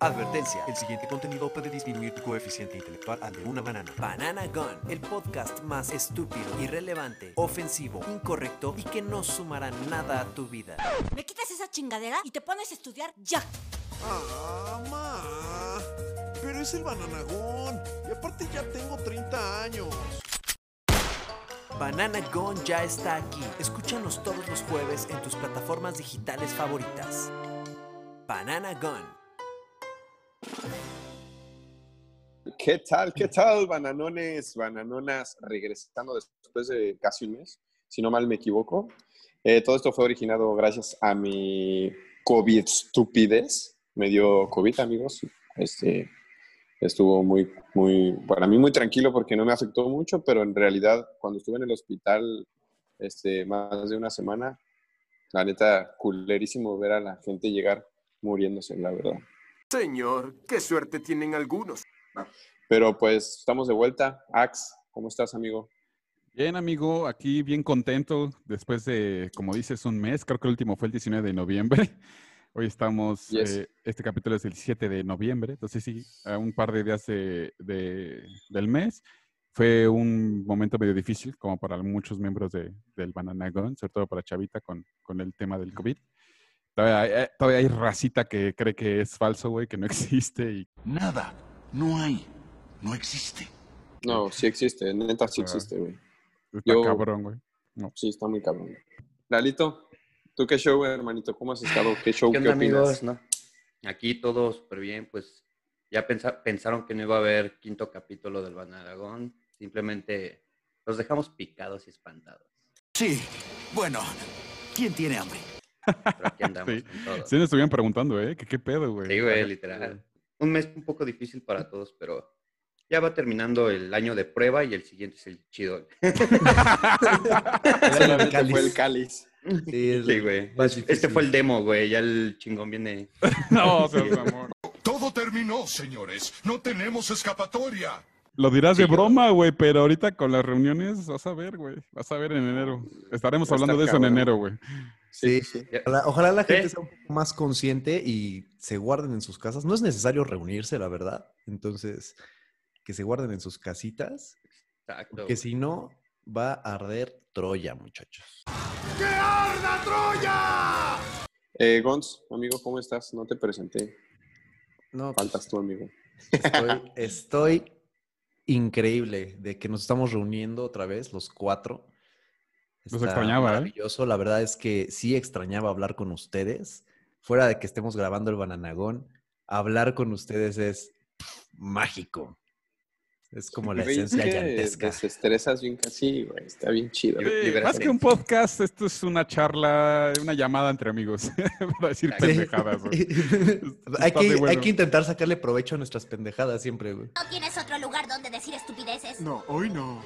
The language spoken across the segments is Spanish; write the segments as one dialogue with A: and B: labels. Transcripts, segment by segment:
A: Advertencia. El siguiente contenido puede disminuir tu coeficiente intelectual al de una banana.
B: Banana Gun, el podcast más estúpido, irrelevante, ofensivo, incorrecto y que no sumará nada a tu vida.
C: Me quitas esa chingadera y te pones a estudiar ya.
D: ¡Ah, ma! Pero es el bananagón. Y aparte ya tengo 30 años.
B: Banana Gun ya está aquí. Escúchanos todos los jueves en tus plataformas digitales favoritas. Banana Gun.
E: ¿Qué tal? ¿Qué tal, bananones, bananonas? Regresando después de casi un mes, si no mal me equivoco. Eh, todo esto fue originado gracias a mi COVID estupidez. Me dio COVID, amigos. Este, estuvo muy, muy, para mí muy tranquilo porque no me afectó mucho, pero en realidad cuando estuve en el hospital este, más de una semana, la neta, culerísimo ver a la gente llegar muriéndose, la verdad.
F: Señor, qué suerte tienen algunos.
E: Pero pues estamos de vuelta. Ax, ¿cómo estás, amigo?
G: Bien, amigo, aquí bien contento después de, como dices, un mes. Creo que el último fue el 19 de noviembre. Hoy estamos,
E: Yes.
G: eh, este capítulo es el 7 de noviembre, entonces sí, a un par de días de- de- del mes. Fue un momento medio difícil, como para muchos miembros de- del Banana Gun, sobre todo para Chavita con, con el tema del COVID. Todavía hay, eh, todavía hay racita que cree que es falso, güey, que no existe y
H: Nada, no hay, no existe.
E: No, sí existe, neta sí
G: Ah.
E: existe, güey.
G: está
E: Yo-
G: cabrón, güey.
E: Sí, está muy cabrón. Lalito, ¿tú qué show, hermanito? ¿Cómo has estado? ¿Qué show?
I: ¿Qué onda,
E: opinas?
I: amigos? No. Aquí todo súper bien, pues ya pensa- pensaron que no iba a haber quinto capítulo del Banaragón. Simplemente los dejamos picados y espantados.
H: Sí, bueno, ¿quién tiene hambre?
I: Pero aquí andamos
G: Sí.
I: con todo.
G: Sí, nos estuvieron preguntando, ¿eh? ¿Qué, qué pedo, güey?
I: Sí, güey, literal. Un mes un poco difícil para todos, pero ya va terminando el año de prueba y el siguiente es el chido.
E: Solamente fue el cáliz.
I: Sí, güey. Este fue el demo, güey. Ya el chingón viene.
G: No, seas mamón.
H: Todo terminó, señores. No tenemos escapatoria.
G: Lo dirás de
I: Sí, yo-
G: broma, güey, pero ahorita con las reuniones vas a ver, güey. Vas a ver en enero. Estaremos
E: Va a
G: hablando
E: estar
G: de eso en
E: cabrón.
G: enero, güey.
A: Sí, sí.
I: Ya-
A: Ojalá, ojalá la
I: Sí.
A: gente sea un poco más consciente y se guarden en sus casas. No es necesario reunirse, la verdad. Entonces, que se guarden en sus casitas,
I: Exacto.
A: porque si no, va a arder Troya, muchachos.
E: Eh, Gonz, amigo, ¿cómo estás? No te presenté.
A: No, pues,
E: Faltas tú, amigo.
A: Estoy, estoy increíble de que nos estamos reuniendo otra vez, los cuatro.
G: Los extrañaba, ¿eh?
A: Maravilloso. La verdad es que sí extrañaba hablar con ustedes. Fuera de que estemos grabando el Bananagón, hablar con ustedes es pff, mágico. Es como la
E: Güey, es
A: esencia
E: que
A: llantesca.
E: Desestresas bien casi, güey. Está bien chido.
I: Sí,
G: Sí,
I: liberación.
G: más que un podcast, esto es una charla, una llamada entre amigos. Para decir
I: Sí.
G: pendejadas, güey.
A: hay,
G: Está
A: que,
G: muy bueno.
A: hay que intentar sacarle provecho a nuestras pendejadas siempre, güey.
C: ¿No tienes otro lugar donde decir estupideces?
F: No, hoy no.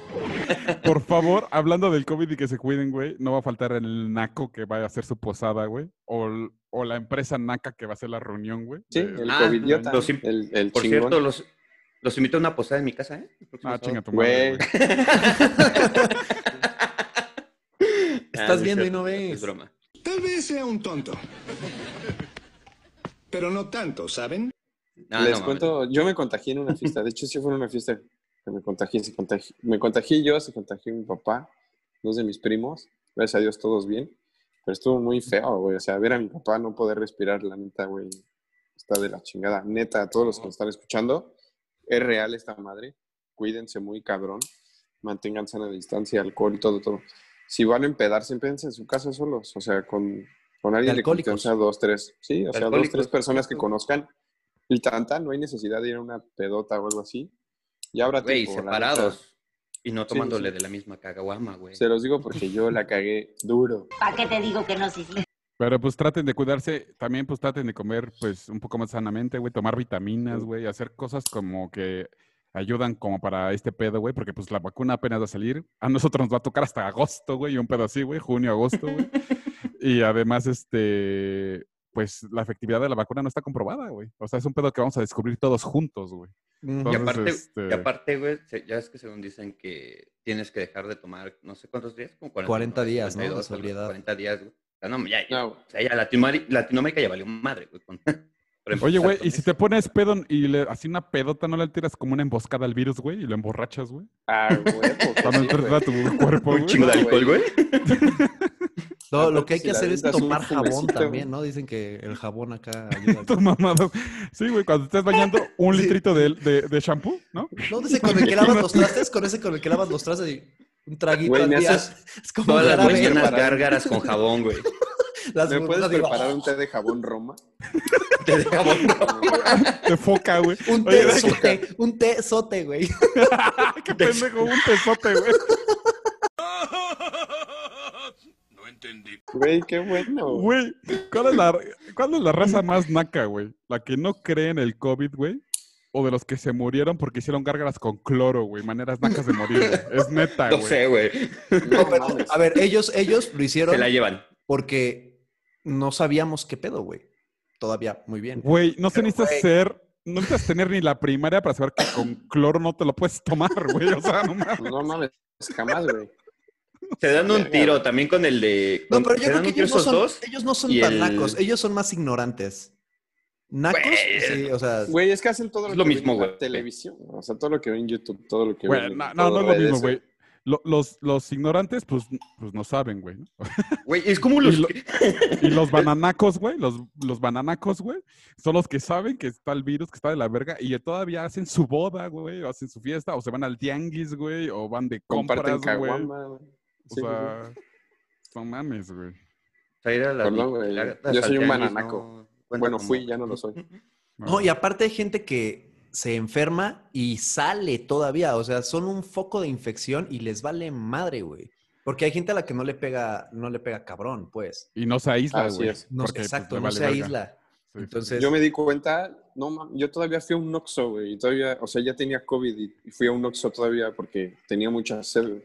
G: Por favor, hablando del COVID y que se cuiden, güey, no va a faltar el naco que vaya a hacer su posada, güey. O, l- o la empresa naca que va a hacer la reunión, güey.
E: Sí,
G: de-
E: el
I: Ah,
E: covidiota.
I: los imp-
E: el, el
I: Por
E: chingón.
I: cierto, los, los invito a una posada en mi casa, ¿eh? El próximo
G: Ah,
I: sábado.
G: chinga tu
E: Güey.
G: madre, güey.
A: Estás
I: sí,
A: viendo
I: Ah, es
A: y
I: cierto,
A: no ves.
I: Es broma. Ah,
J: Tal vez sea un tonto. Pero no tanto, ¿saben?
I: No, Ah, no
E: Les
I: mames.
E: cuento, yo me contagié en una fiesta. De hecho, sí fue en una fiesta que me contagié. Se contagié. Me contagié yo, se contagió mi papá, dos de mis primos. Gracias a Dios, todos bien. Pero estuvo muy feo, güey. O sea, ver a mi papá no poder respirar, la neta, güey. Está de la chingada. Neta, a todos los que nos están escuchando, es real esta madre. Cuídense muy cabrón. Mantengan sana distancia, alcohol y todo, todo. Si van a empedar, empédense en su casa solos. O sea, con, con alguien de
A: Alcohólicos.
E: confianza, dos, tres. Sí, o sea, dos,
I: Alcohólicos.
E: tres personas que conozcan. Y tanta, no hay necesidad de ir a una pedota o algo así. Ya habrá
I: Güey,
E: tiempo, la neta.
I: separados. Y no tomándole
E: sí.
I: de la misma caguama, güey.
E: Se los digo porque yo la cagué duro.
C: ¿Para qué te digo que no, sí?
G: Pero pues traten de cuidarse, también pues traten de comer pues un poco más sanamente, güey, tomar vitaminas, güey, hacer cosas como que ayudan como para este pedo, güey, porque pues la vacuna apenas va a salir. A nosotros nos va a tocar hasta agosto, güey, y un pedo así, güey, junio, agosto, güey. y además, este, pues la efectividad de la vacuna no está comprobada, güey. O sea, es un pedo que vamos a descubrir todos juntos, güey.
I: Y
G: Entonces,
I: aparte,
G: este-
I: y aparte, güey, se- ya es que según dicen que tienes que dejar de tomar, no sé cuántos días, como 40,
A: 40 días, ¿no?
I: 52,
A: La sobriedad.
I: 40 días, güey. O sea, no, ya,
E: No,
I: o sea, ya Latinoamérica, Latinoamérica ya valió madre, güey. con- Pero
G: Oye, güey, y si te pones pedo y le, así una pedota, ¿no le tiras como una emboscada al virus, güey? Y lo emborrachas, güey.
E: Ah, güey. pues,
G: Cuando
E: sí,
G: entra
E: güey.
G: tu cuerpo,
I: Un
G: güey.
I: chingo de alcohol, güey.
A: No, lo
E: Aparte,
A: que hay
E: si
A: que
E: la
A: hacer es
E: avientas un
A: tomar jabón
E: fumecito,
A: también,
E: güey.
A: ¿no? Dicen que el jabón acá ayuda.
G: Tu mamado. Sí, güey, cuando estás bañando un litrito de, de, de shampoo, ¿no?
A: ¿No? Dicen con el que lavas los trastes, con ese con el que lavas los trastes y un traguito
E: Güey,
A: al
E: me
A: día.
E: haces
A: Es como
I: Todas
A: un
I: las
A: jarabe.
I: mañanas
E: preparar.
I: gárgaras con jabón, güey.
A: Las
E: ¿Me puedes
A: burbujas, digo,
E: preparar un té de jabón Roma?
I: Te de jabón.
G: Te foca, güey.
A: Un
G: Oye,
A: té
G: güey,
A: sote, un té sote, güey.
G: qué pendejo, un tesote, güey.
H: No entendí.
E: Güey, qué bueno.
G: Güey, ¿cuál es, la, cuál es la raza más naca, güey? ¿La que no cree en el COVID, güey? ¿O de los que se murieron porque hicieron gárgaras con cloro, güey? Maneras nacas de morir, güey. Es
A: Ah,
G: neta,
I: No
G: güey.
I: sé, güey.
A: No, pero, a ver, ellos, ellos lo
I: Se
A: hicieron
I: la llevan.
A: porque no sabíamos qué pedo, güey. Todavía, muy bien.
G: Güey, no se
A: Pero,
G: necesitas
A: güey.
G: ser... No necesitas tener ni la primaria para saber que con cloro no te lo puedes tomar, güey. O sea, no mames.
E: No mames, jamás, güey.
I: Se dan un tiro también con el de.
A: No,
I: con-
A: pero
I: se
A: yo creo
I: dan
A: que
I: un tiro
A: ellos no,
I: esos
A: son,
I: dos.
A: ellos no son
I: y
A: tan
I: el-
A: nacos, ellos son más ignorantes. ¿Nacos?
I: Güey.
A: Sí, o sea,
E: Güey, es que hacen todo lo,
I: Es lo
E: que
I: mismo,
E: ven en la
I: güey.
E: televisión. O sea, todo lo que ven en YouTube, todo lo que
G: Güey,
E: ven. en
G: no, no,
E: todo
G: no es lo mismo,
E: redes,
G: güey. Lo- Los, los ignorantes, pues, pues no saben, güey. ¿no?
I: Güey, es como los.
G: Y lo- Y los bananacos, güey, los, los bananacos, güey, son los que saben que está el virus, que está de la verga, y todavía hacen su boda, güey, o hacen su fiesta, o se van al tianguis, güey, o van de compras,
E: Comparten
G: güey.
E: caguama, güey.
G: O
E: Sí, sí, sí.
G: sea, no mames, güey.
I: salir a las
E: Perdón, güey.
I: las
E: Yo soy un
I: salteañas,
E: bananaco.
I: no cuenta
E: Bueno,
I: como-
E: fui, ya no lo soy.
A: no, y aparte hay gente que se enferma y sale todavía, o sea, son un foco de infección y les vale madre, güey. Porque hay gente a la que no le pega, no le pega cabrón, pues.
G: Y no se aísla,
E: Así
G: güey.
E: es.
A: No,
G: porque, pues,
A: exacto,
G: le
A: no
G: vale
A: se
G: verga.
A: aísla.
G: Sí, sí,
A: Entonces,
E: Yo me di cuenta, no mames, yo todavía fui a un Oxxo, güey. Y todavía, o sea, ya tenía COVID y- y fui a un Oxxo todavía porque tenía mucha sed, güey.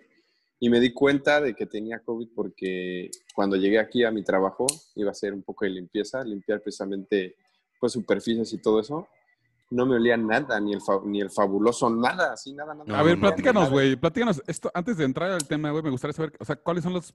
E: Y me di cuenta de que tenía COVID porque cuando llegué aquí a mi trabajo iba a hacer un poco de limpieza, limpiar precisamente pues superficies y todo eso. No me olía nada, ni el, fa- ni el fabuloso, nada, así, nada, nada.
I: No,
G: A ver,
I: no,
G: platícanos,
I: no.
G: güey, platícanos. Esto, antes de entrar al tema, güey, me gustaría saber, o sea, ¿cuáles son los,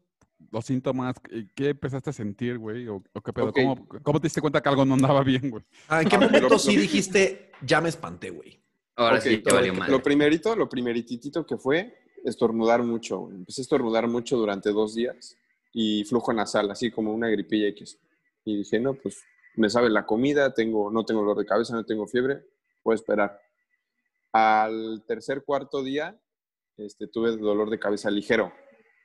G: los síntomas? ¿Qué- ¿Qué empezaste a sentir, güey? ¿O, o qué pedo?
E: Ok.
G: ¿Cómo, ¿Cómo te diste cuenta que algo no andaba bien, güey?
A: ah, ¿en qué
E: a ver,
A: momento
E: lo-
A: sí
E: lo-
A: dijiste, ya me espanté, güey?
I: Ahora
E: Ok,
I: sí te
E: lo-
I: valió madre.
E: Lo primerito, lo primeritito que fue estornudar mucho. güey. Empecé a estornudar mucho durante dos días y flujo nasal, así como una gripilla X. Y dije, no, pues me sabe la comida, tengo, no tengo dolor de cabeza, no tengo fiebre, puedo esperar. Al tercer, cuarto día, este, tuve dolor de cabeza ligero,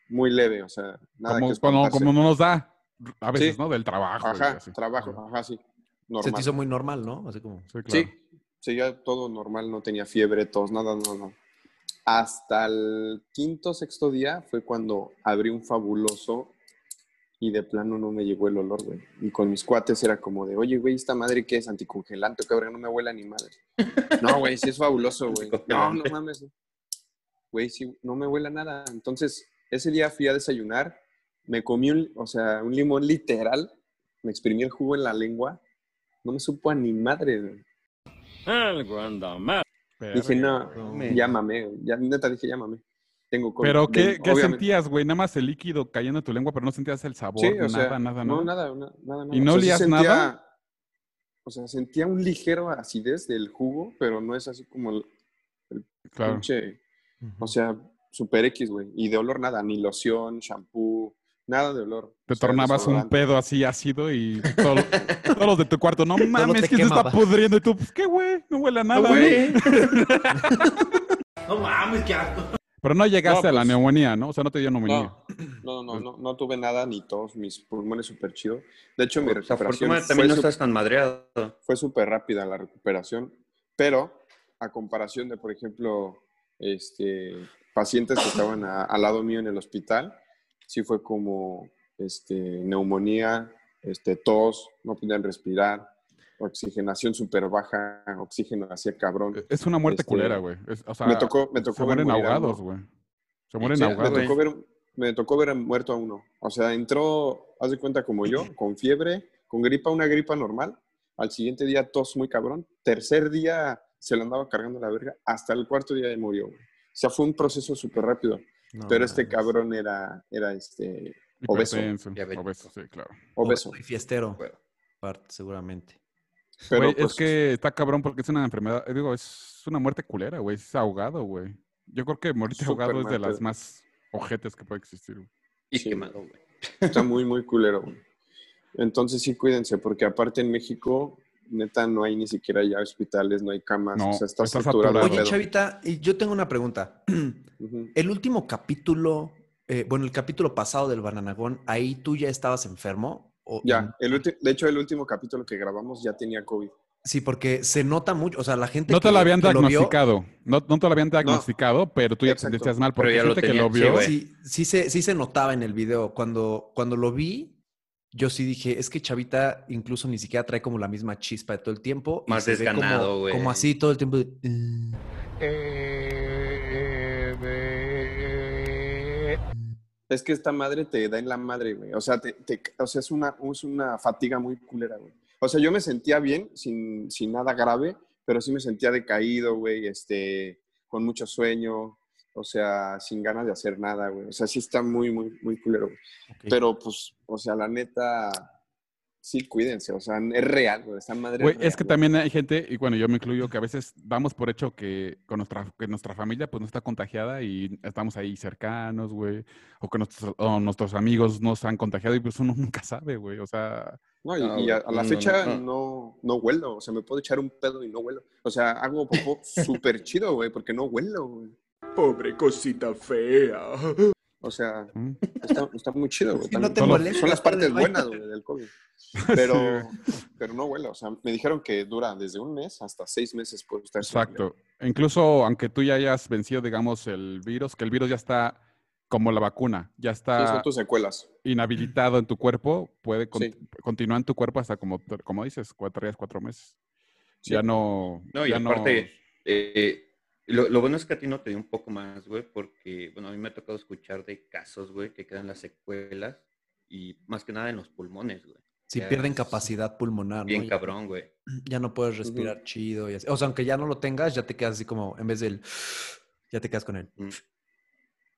E: muy leve, o sea, nada que
G: Como, como,
E: espantarse.
G: como no nos da a veces,
E: Sí.
G: ¿no? Del trabajo. güey,
E: Ajá,
G: así.
E: trabajo, ajá, sí.
A: Se te
E: Normal.
A: hizo muy normal, ¿no? Así como...
G: Sí, claro.
E: Sí, seguía todo normal, no tenía fiebre, tos, nada, no, no. Hasta el quinto, sexto día fue cuando abrí un fabuloso y de plano no me llegó el olor, güey. Y con mis cuates era como de, oye, güey, esta madre que es anticongelante, cabrón, no me huele ni madre. No, güey, sí es fabuloso, güey. No, no mames. Güey, sí, no me huele a nada. Entonces, ese día fui a desayunar, me comí un, o sea, un limón literal, me exprimí el jugo en la lengua, no me supo a ni madre, güey. Dije, no,
I: güey.
E: llámame. Ya, neta, dije, llámame. Tengo COVID.
G: Pero, ¿qué,
E: Ven,
G: qué
E: obviamente.
G: sentías, güey? Nada más el líquido cayendo en tu lengua, pero no sentías el sabor,
E: Sí, o
G: nada,
E: sea,
G: nada, nada.
E: No, nada, na- nada, nada.
G: ¿Y no
E: sí
G: olías
E: sentía-
G: nada?
E: O sea, sentía un ligero acidez del jugo, pero no es así como el
G: Claro.
E: pinche... O sea, super X, güey. Y de olor nada, ni loción, shampoo, nada de olor.
G: Te
E: O sea,
G: tornabas un
E: desodorante.
G: pedo así ácido y todo- todos los de tu cuarto, no mames,
A: te
G: que se está
A: quemaba.
G: pudriendo. Y tú, pues, ¿qué, güey? No huele a nada.
I: No,
G: ¿no?".
I: güey.
G: Pero no llegaste
E: No,
G: a la
E: pues-
G: neumonía, ¿no? O sea, no te dio neumonía.
E: No, no, no, no, no tuve nada, ni todos mis pulmones súper chido. De hecho, mi
I: Por
E: recuperación
I: fortuna
E: fue
I: también no
E: súper-
I: estás tan madreado.
E: fue súper rápida la recuperación, pero a comparación de, por ejemplo, este, pacientes que estaban a- al lado mío en el hospital, sí fue como este, neumonía, este, tos, no podían respirar, oxigenación súper baja, oxígeno hacía cabrón.
G: Es una muerte
E: Este,
G: culera, güey. Es- O sea,
E: me tocó, me tocó
G: se mueren
E: morir a uno.
G: ahogados, güey. Se mueren
E: Sí, me,
G: ahogados.
I: güey.
E: tocó ver, me tocó ver muerto a uno. O sea, entró, haz de cuenta como yo, con fiebre, con gripa, una gripa normal. Al siguiente día tos muy cabrón. Tercer día se lo andaba cargando la verga. Hasta el cuarto día ya murió. güey. O sea, fue un proceso súper rápido.
A: No,
E: pero este
A: mames.
E: cabrón era, era este, obeso.
G: Hipertenso,
I: Diabético.
G: Obeso, sí, claro.
E: obeso.
A: Y fiestero,
I: Bueno.
A: aparte, seguramente.
E: Pero
G: Güey,
E: pues,
G: es que está cabrón porque es una enfermedad, eh, digo, es una muerte culera, güey, es ahogado, güey. Yo creo que morirte ahogado es de
E: Superman,
G: las
E: pero-
G: más ojetes que puede existir, güey.
I: Y
E: Sí.
I: quemado, güey.
E: Está muy, muy culero. güey. Entonces sí, cuídense, porque aparte en México, neta, no hay ni siquiera ya hospitales, no hay camas.
G: No,
E: o sea, está,
G: está
E: saturado.
G: saturado.
E: el
A: Oye,
E: pedo.
A: Chavita, y yo tengo una pregunta.
E: Ujú.
A: El último capítulo, eh, bueno, el capítulo pasado del Bananagón, ahí tú ya estabas enfermo. ¿O-
E: Ya, el ulti- de hecho, el último capítulo que grabamos ya tenía COVID.
A: Sí, porque se nota mucho, o sea, la gente
G: No te
A: que-
G: lo habían
A: que vio,
G: diagnosticado, no, no te lo habían diagnosticado, pero tú ya
E: Exacto.
G: te sentías mal porque
I: ya lo
G: gente que lo
I: tenían, sí,
G: vio.
I: güey.
A: sí, sí se, sí se notaba en el video. Cuando, cuando lo vi, yo sí dije, es que Chavita incluso ni siquiera trae como la misma chispa de todo el tiempo. y
I: Más
A: se ve como-
I: desganado,
A: como,
I: güey.
A: así todo el tiempo. de, "Eh".
E: Es que esta madre te da en la madre, güey. O sea, te, te- o sea es, una, es una fatiga muy culera, güey. O sea, yo me sentía bien, sin, sin nada grave, pero sí me sentía decaído, güey, este, con mucho sueño, o sea, sin ganas de hacer nada, güey. O sea, sí está muy, muy, muy culero, güey. Pero, pues, o sea, la neta, sí, cuídense. O sea, es real, güey. Esta madre
G: Güey,
E: real,
G: es que
E: güey.
G: también hay gente, y bueno, yo me incluyo, que a veces damos por hecho que con nuestra, que nuestra familia pues no está contagiada y estamos ahí cercanos, güey, o que nuestros, o nuestros amigos nos han contagiado y pues uno nunca sabe, güey, o sea,
E: No, y,
G: Ah,
I: No,
E: y a,
I: güey,
E: a la
G: Mm,
I: no,
E: fecha
I: no,
E: no, no, huelo. O sea, me puedo echar un pedo y no huelo. O sea, hago popó súper chido, güey, porque no huelo, güey.
F: Pobre cosita fea.
E: O sea,
G: ¿Mm?
E: está, está muy chido, güey.
A: Sí, no
E: También
A: te
E: son-
A: molesta
E: Son las
A: estar
E: partes
A: del baño.
E: buenas, güey, del COVID. Pero, pero no huele. O sea, me dijeron que dura desde un mes hasta seis meses por estar sin oler.
G: exacto. E Incluso aunque tú ya hayas vencido, digamos, el virus, que el virus ya está como la vacuna, ya
E: Sí,
G: está
E: son tus secuelas.
G: inhabilitado en tu cuerpo, puede Ah. con-
E: Sí.
G: continuar en tu cuerpo hasta como, como dices, cuatro días, cuatro meses.
E: Sí.
G: Ya no...
I: No, y
G: ya
I: aparte, eh, lo, lo bueno es que a ti no te dio un poco más, güey, porque, bueno, a mí me ha tocado escuchar de casos, güey, que quedan las secuelas y más que nada en los pulmones, güey.
A: Si
I: Ya
A: pierden
I: es
A: capacidad pulmonar, ¿no?
I: Bien
A: Ya-
I: cabrón, güey.
A: ya no puedes respirar chido. Y así. O sea, aunque ya no lo tengas, ya te quedas así como, en vez del, ya te quedas con él.
I: Mm.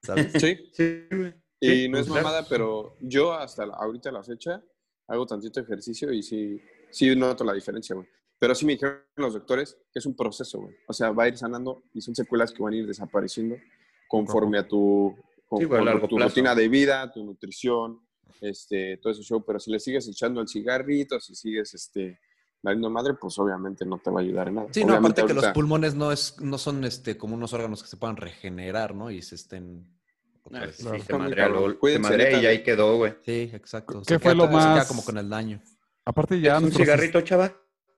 A: ¿Sabes?
E: Sí,
I: Sí, güey.
E: y no es
I: o sea,
E: mamada, pero yo hasta la- ahorita la fecha hago tantito ejercicio y sí, sí noto la diferencia, güey. Pero sí me dijeron los doctores que es un proceso, güey. O sea, va a ir sanando y son secuelas que van a ir desapareciendo conforme a tu, con-
I: Sí, güey, a
E: con
I: largo
E: tu
I: plazo.
E: rutina de vida, tu nutrición, este, todo ese show. Pero si le sigues echando el cigarrito, si sigues este, dando madre, pues obviamente no te va a ayudar en nada.
A: Sí, no,
E: Obviamente
A: aparte que los
E: ahorita-
A: pulmones no es, no son este, como unos órganos que se puedan regenerar, ¿no? Y se estén. otra
I: ah,
A: vez.
I: sí,
G: Claro.
I: se
E: Está muy
I: madrea,
E: cabrón.
I: lo- se
E: Cuídense,
I: madrea y
E: neta.
I: ahí quedó, güey.
A: Sí, exacto.
G: ¿Qué fue lo
A: ta- se
G: más-
A: como con el daño.
G: Aparte ya...
I: ¿Es un
G: nuestros-
I: cigarrito, chava?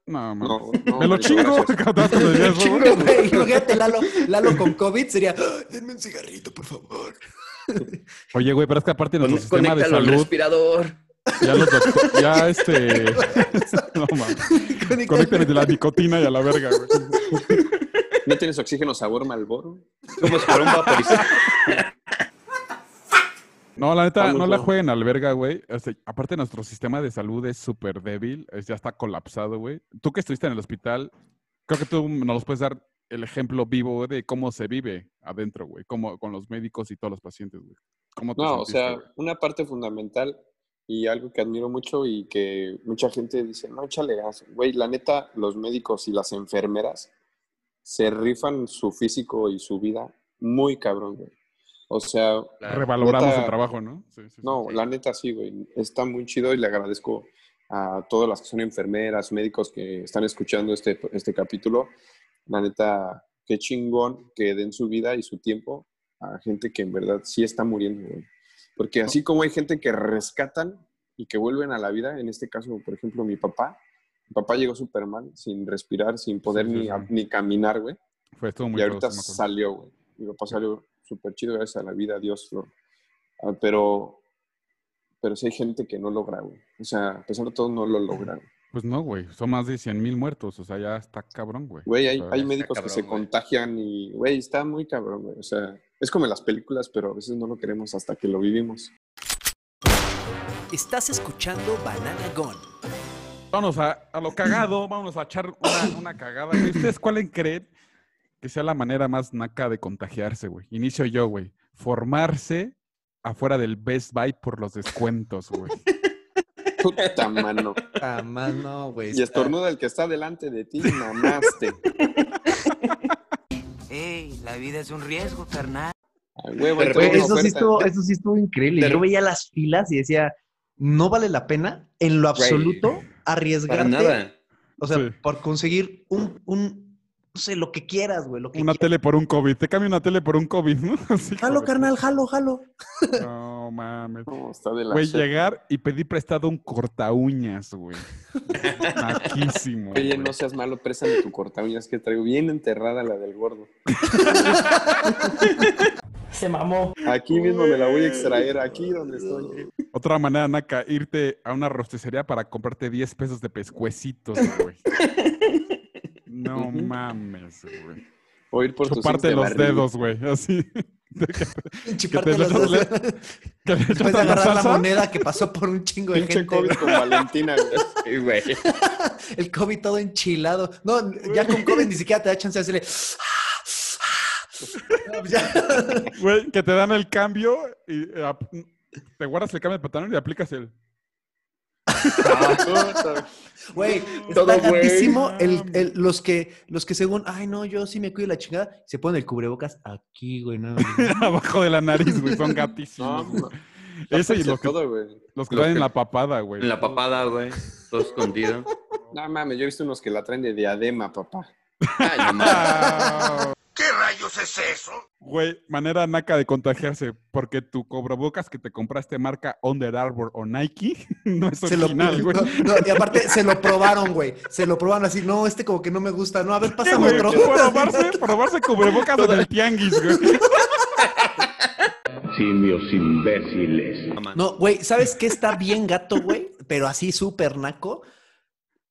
G: No, mames.
E: No, no,
G: Me lo
E: muchas
G: chingo.
E: gracias.
G: Cada vez que me decías, güey.
A: Imagínate, Lalo, Lalo con COVID sería, "Ah, denme un cigarrito, por favor.
G: Oye, güey, pero es que aparte nuestro
I: Con-
G: sistema de
I: conéctalo al
G: salud,
I: respirador.
G: ya los doctores, ya este. no mames. Conéctale de la nicotina y a la verga, güey.
E: ¿No tienes oxígeno sabor malboro?
I: Como si fuera un vaporizador.
G: No, la neta,
E: Vamos,
G: no la
E: no.
G: jueguen al verga, güey. O sea, aparte, nuestro sistema de salud es súper débil, es- ya está colapsado, güey. Tú que estuviste en el hospital, creo que tú nos los puedes dar el ejemplo vivo güey, de cómo se vive adentro, güey. Cómo, con los médicos y todos los pacientes, güey. ¿Cómo te
E: No, o
G: sentiste,
E: sea,
G: güey?
E: una parte fundamental y algo que admiro mucho y que mucha gente dice, no, échale gas. Güey, la neta, los médicos y las enfermeras se rifan su físico y su vida muy cabrón, güey. O sea,
I: Claro.
G: Revaloramos
E: neta-
G: el trabajo, ¿no? Sí, sí, sí.
E: no, la neta sí, güey. Está muy chido y le agradezco a todas las que son enfermeras, médicos que están escuchando este, este capítulo. La neta, qué chingón que den su vida y su tiempo a gente que en verdad sí está muriendo, güey. Porque así como hay gente que rescatan y que vuelven a la vida, en este caso, por ejemplo, mi papá. Mi papá llegó súper mal, sin respirar, sin poder
G: Sí, sí,
E: ni,
G: sí.
E: a- ni caminar, güey.
G: Fue, estuvo muy
E: y ahorita
G: cabrón, sí me acuerdo.
E: salió, güey. Mi papá salió súper chido, gracias a la vida, a Dios. lo- ah, pero, pero sí hay gente que no logra, güey. O sea, a pesar de todo, no lo logra. güey.
G: Pues no, güey. Son más de 100 mil muertos. O sea, ya está cabrón, güey.
E: Güey,
G: O
E: hay,
G: sea,
E: hay
I: está
E: médicos que
I: cabrón,
E: se
I: güey.
E: contagian y, güey, está muy cabrón, güey. O sea, es como en las películas, pero a veces no lo queremos hasta que lo vivimos.
B: Estás escuchando Banana Gone.
G: Vámonos a, a lo cagado, vámonos a echar una, una cagada. güey. ¿Ustedes cuál creen que sea la manera más naca de contagiarse, güey? Inicio yo, güey. Formarse afuera del Best Buy por los descuentos, güey.
E: Puta mano.
A: Ah, mano, güey.
E: Y estornuda el que está delante de ti, mamaste.
B: Ey, la vida es un riesgo, carnal.
E: A huevo,
A: Güey,
E: entró una
A: eso, sí
E: oferta.
A: estuvo, eso sí estuvo increíble.
E: de-
A: Yo veía las filas y decía, no vale la pena en lo absoluto
I: Para
A: arriesgarte.
I: nada.
A: O sea,
G: Sí.
A: por conseguir un, un, no sé, lo que quieras, güey, lo que
G: Una
A: quieras.
G: tele por un COVID. Te cambio una tele por un COVID, ¿no? Así
A: Jalo,
G: como-
A: carnal, jalo, jalo.
G: No mames.
E: No, está de la
G: Güey,
E: shit.
G: llegar y pedí prestado un corta uñas, güey. Maquísimo.
E: Oye,
G: güey.
E: no seas malo, préstame tu corta uñas que traigo bien enterrada la del gordo.
K: Se mamó.
E: Aquí mismo me la voy a extraer, aquí donde estoy.
G: Otra manera, Naka, irte a una rosticería para comprarte 10 pesos de pescuecitos, güey. No mames, güey.
E: O ir por tus cinco
G: Chuparte
E: de
G: los
E: barril.
G: dedos, güey. Así.
A: Chuparte
G: te
A: las
G: lo-
A: dos. ¿eh?
G: le- Que le
A: Después
G: echas
A: de
G: a la
A: agarrar la
G: salsa.
A: moneda que pasó por un chingo de
E: Pinche
A: gente.
E: COVID
A: güey.
E: con Valentina, güey.
I: Sí, güey.
A: El COVID todo enchilado. No, ya con COVID ni siquiera te da chance de hacerle. No, pues ya.
G: Güey, que te dan el cambio y eh, ap- te guardas el cambio de pantalón y aplicas el.
A: Güey, está
I: Todo güey.
A: gatísimo el- el- los, que, los que según, ay, no, yo sí me cuido la chingada, se ponen el cubrebocas aquí, güey, no. güey.
G: Abajo de la nariz, güey. Son
E: No,
G: gatísimos. güey.
E: ma-
G: Eso y
E: Eso
G: los que,
E: todo, güey.
G: los que
I: los
G: traen
I: que-
G: la papada, güey.
I: En la papada, güey. Todo escondido.
E: No mames, yo he visto unos que la traen de diadema, papá.
I: Ay, no mames.
G: Ah,
H: ¿Qué rayos es eso?
G: Güey, manera naca de contagiarse, porque tu cobrabocas que te compraste marca Under Armour o Nike no es
A: Se lo,
G: original, güey.
A: no, no, y aparte se lo probaron, güey. Se lo probaron así, no, este como que no me gusta, no, a ver,
G: Sí,
A: pásame
G: güey,
A: otro.
G: probarse, probarse cubrebocas en el tianguis, güey.
F: Simios imbéciles.
A: No, güey, ¿sabes qué está bien gato, güey? Pero así súper naco.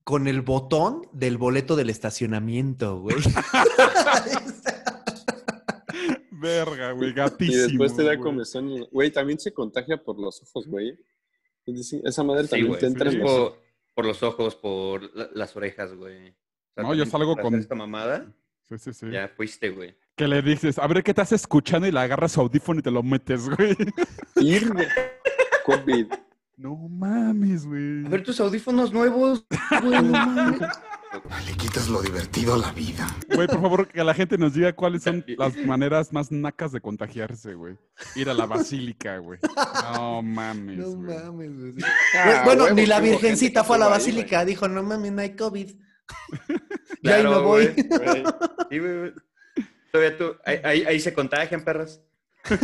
A: Con el botón del boleto del estacionamiento, güey.
G: Verga, güey,
E: Y
G: gatísimo.
E: después te da
G: güey.
E: comezón. y- Güey, también se contagia por los ojos, güey. Es decir, Esa madre
I: Sí,
E: también
I: güey.
E: te entra
I: Es
E: en los
I: por, por los ojos, por la- las orejas, güey. O sea,
G: No, yo
I: también
G: salgo
I: por
G: con-
I: hacer Esta mamada,
G: Sí, sí, sí.
I: ya fuiste, güey.
G: Que le dices, a ver qué estás escuchando y le agarras su audífono y te lo metes, güey.
E: Ir COVID.
G: No mames,
I: A
G: güey.
I: ver tus audífonos nuevos, güey. no mames.
J: Le quitas lo divertido a la vida.
G: Güey, por favor, que la gente nos diga cuáles son las maneras más nacas de contagiarse, güey. Ir a la basílica, güey. No mames,
A: No
G: güey.
A: mames, güey.
E: Ah,
A: Pues, bueno,
E: huevo,
A: ni la
E: hubo gente
A: virgencita
E: que
A: fue a la
E: estuvo ahí,
A: basílica. Dijo, no mames, no hay COVID. Ya ahí
I: Claro,
A: me voy.
I: güey. Sí, güey. Todavía tú. Ahí, ahí- ahí se contagian, perras.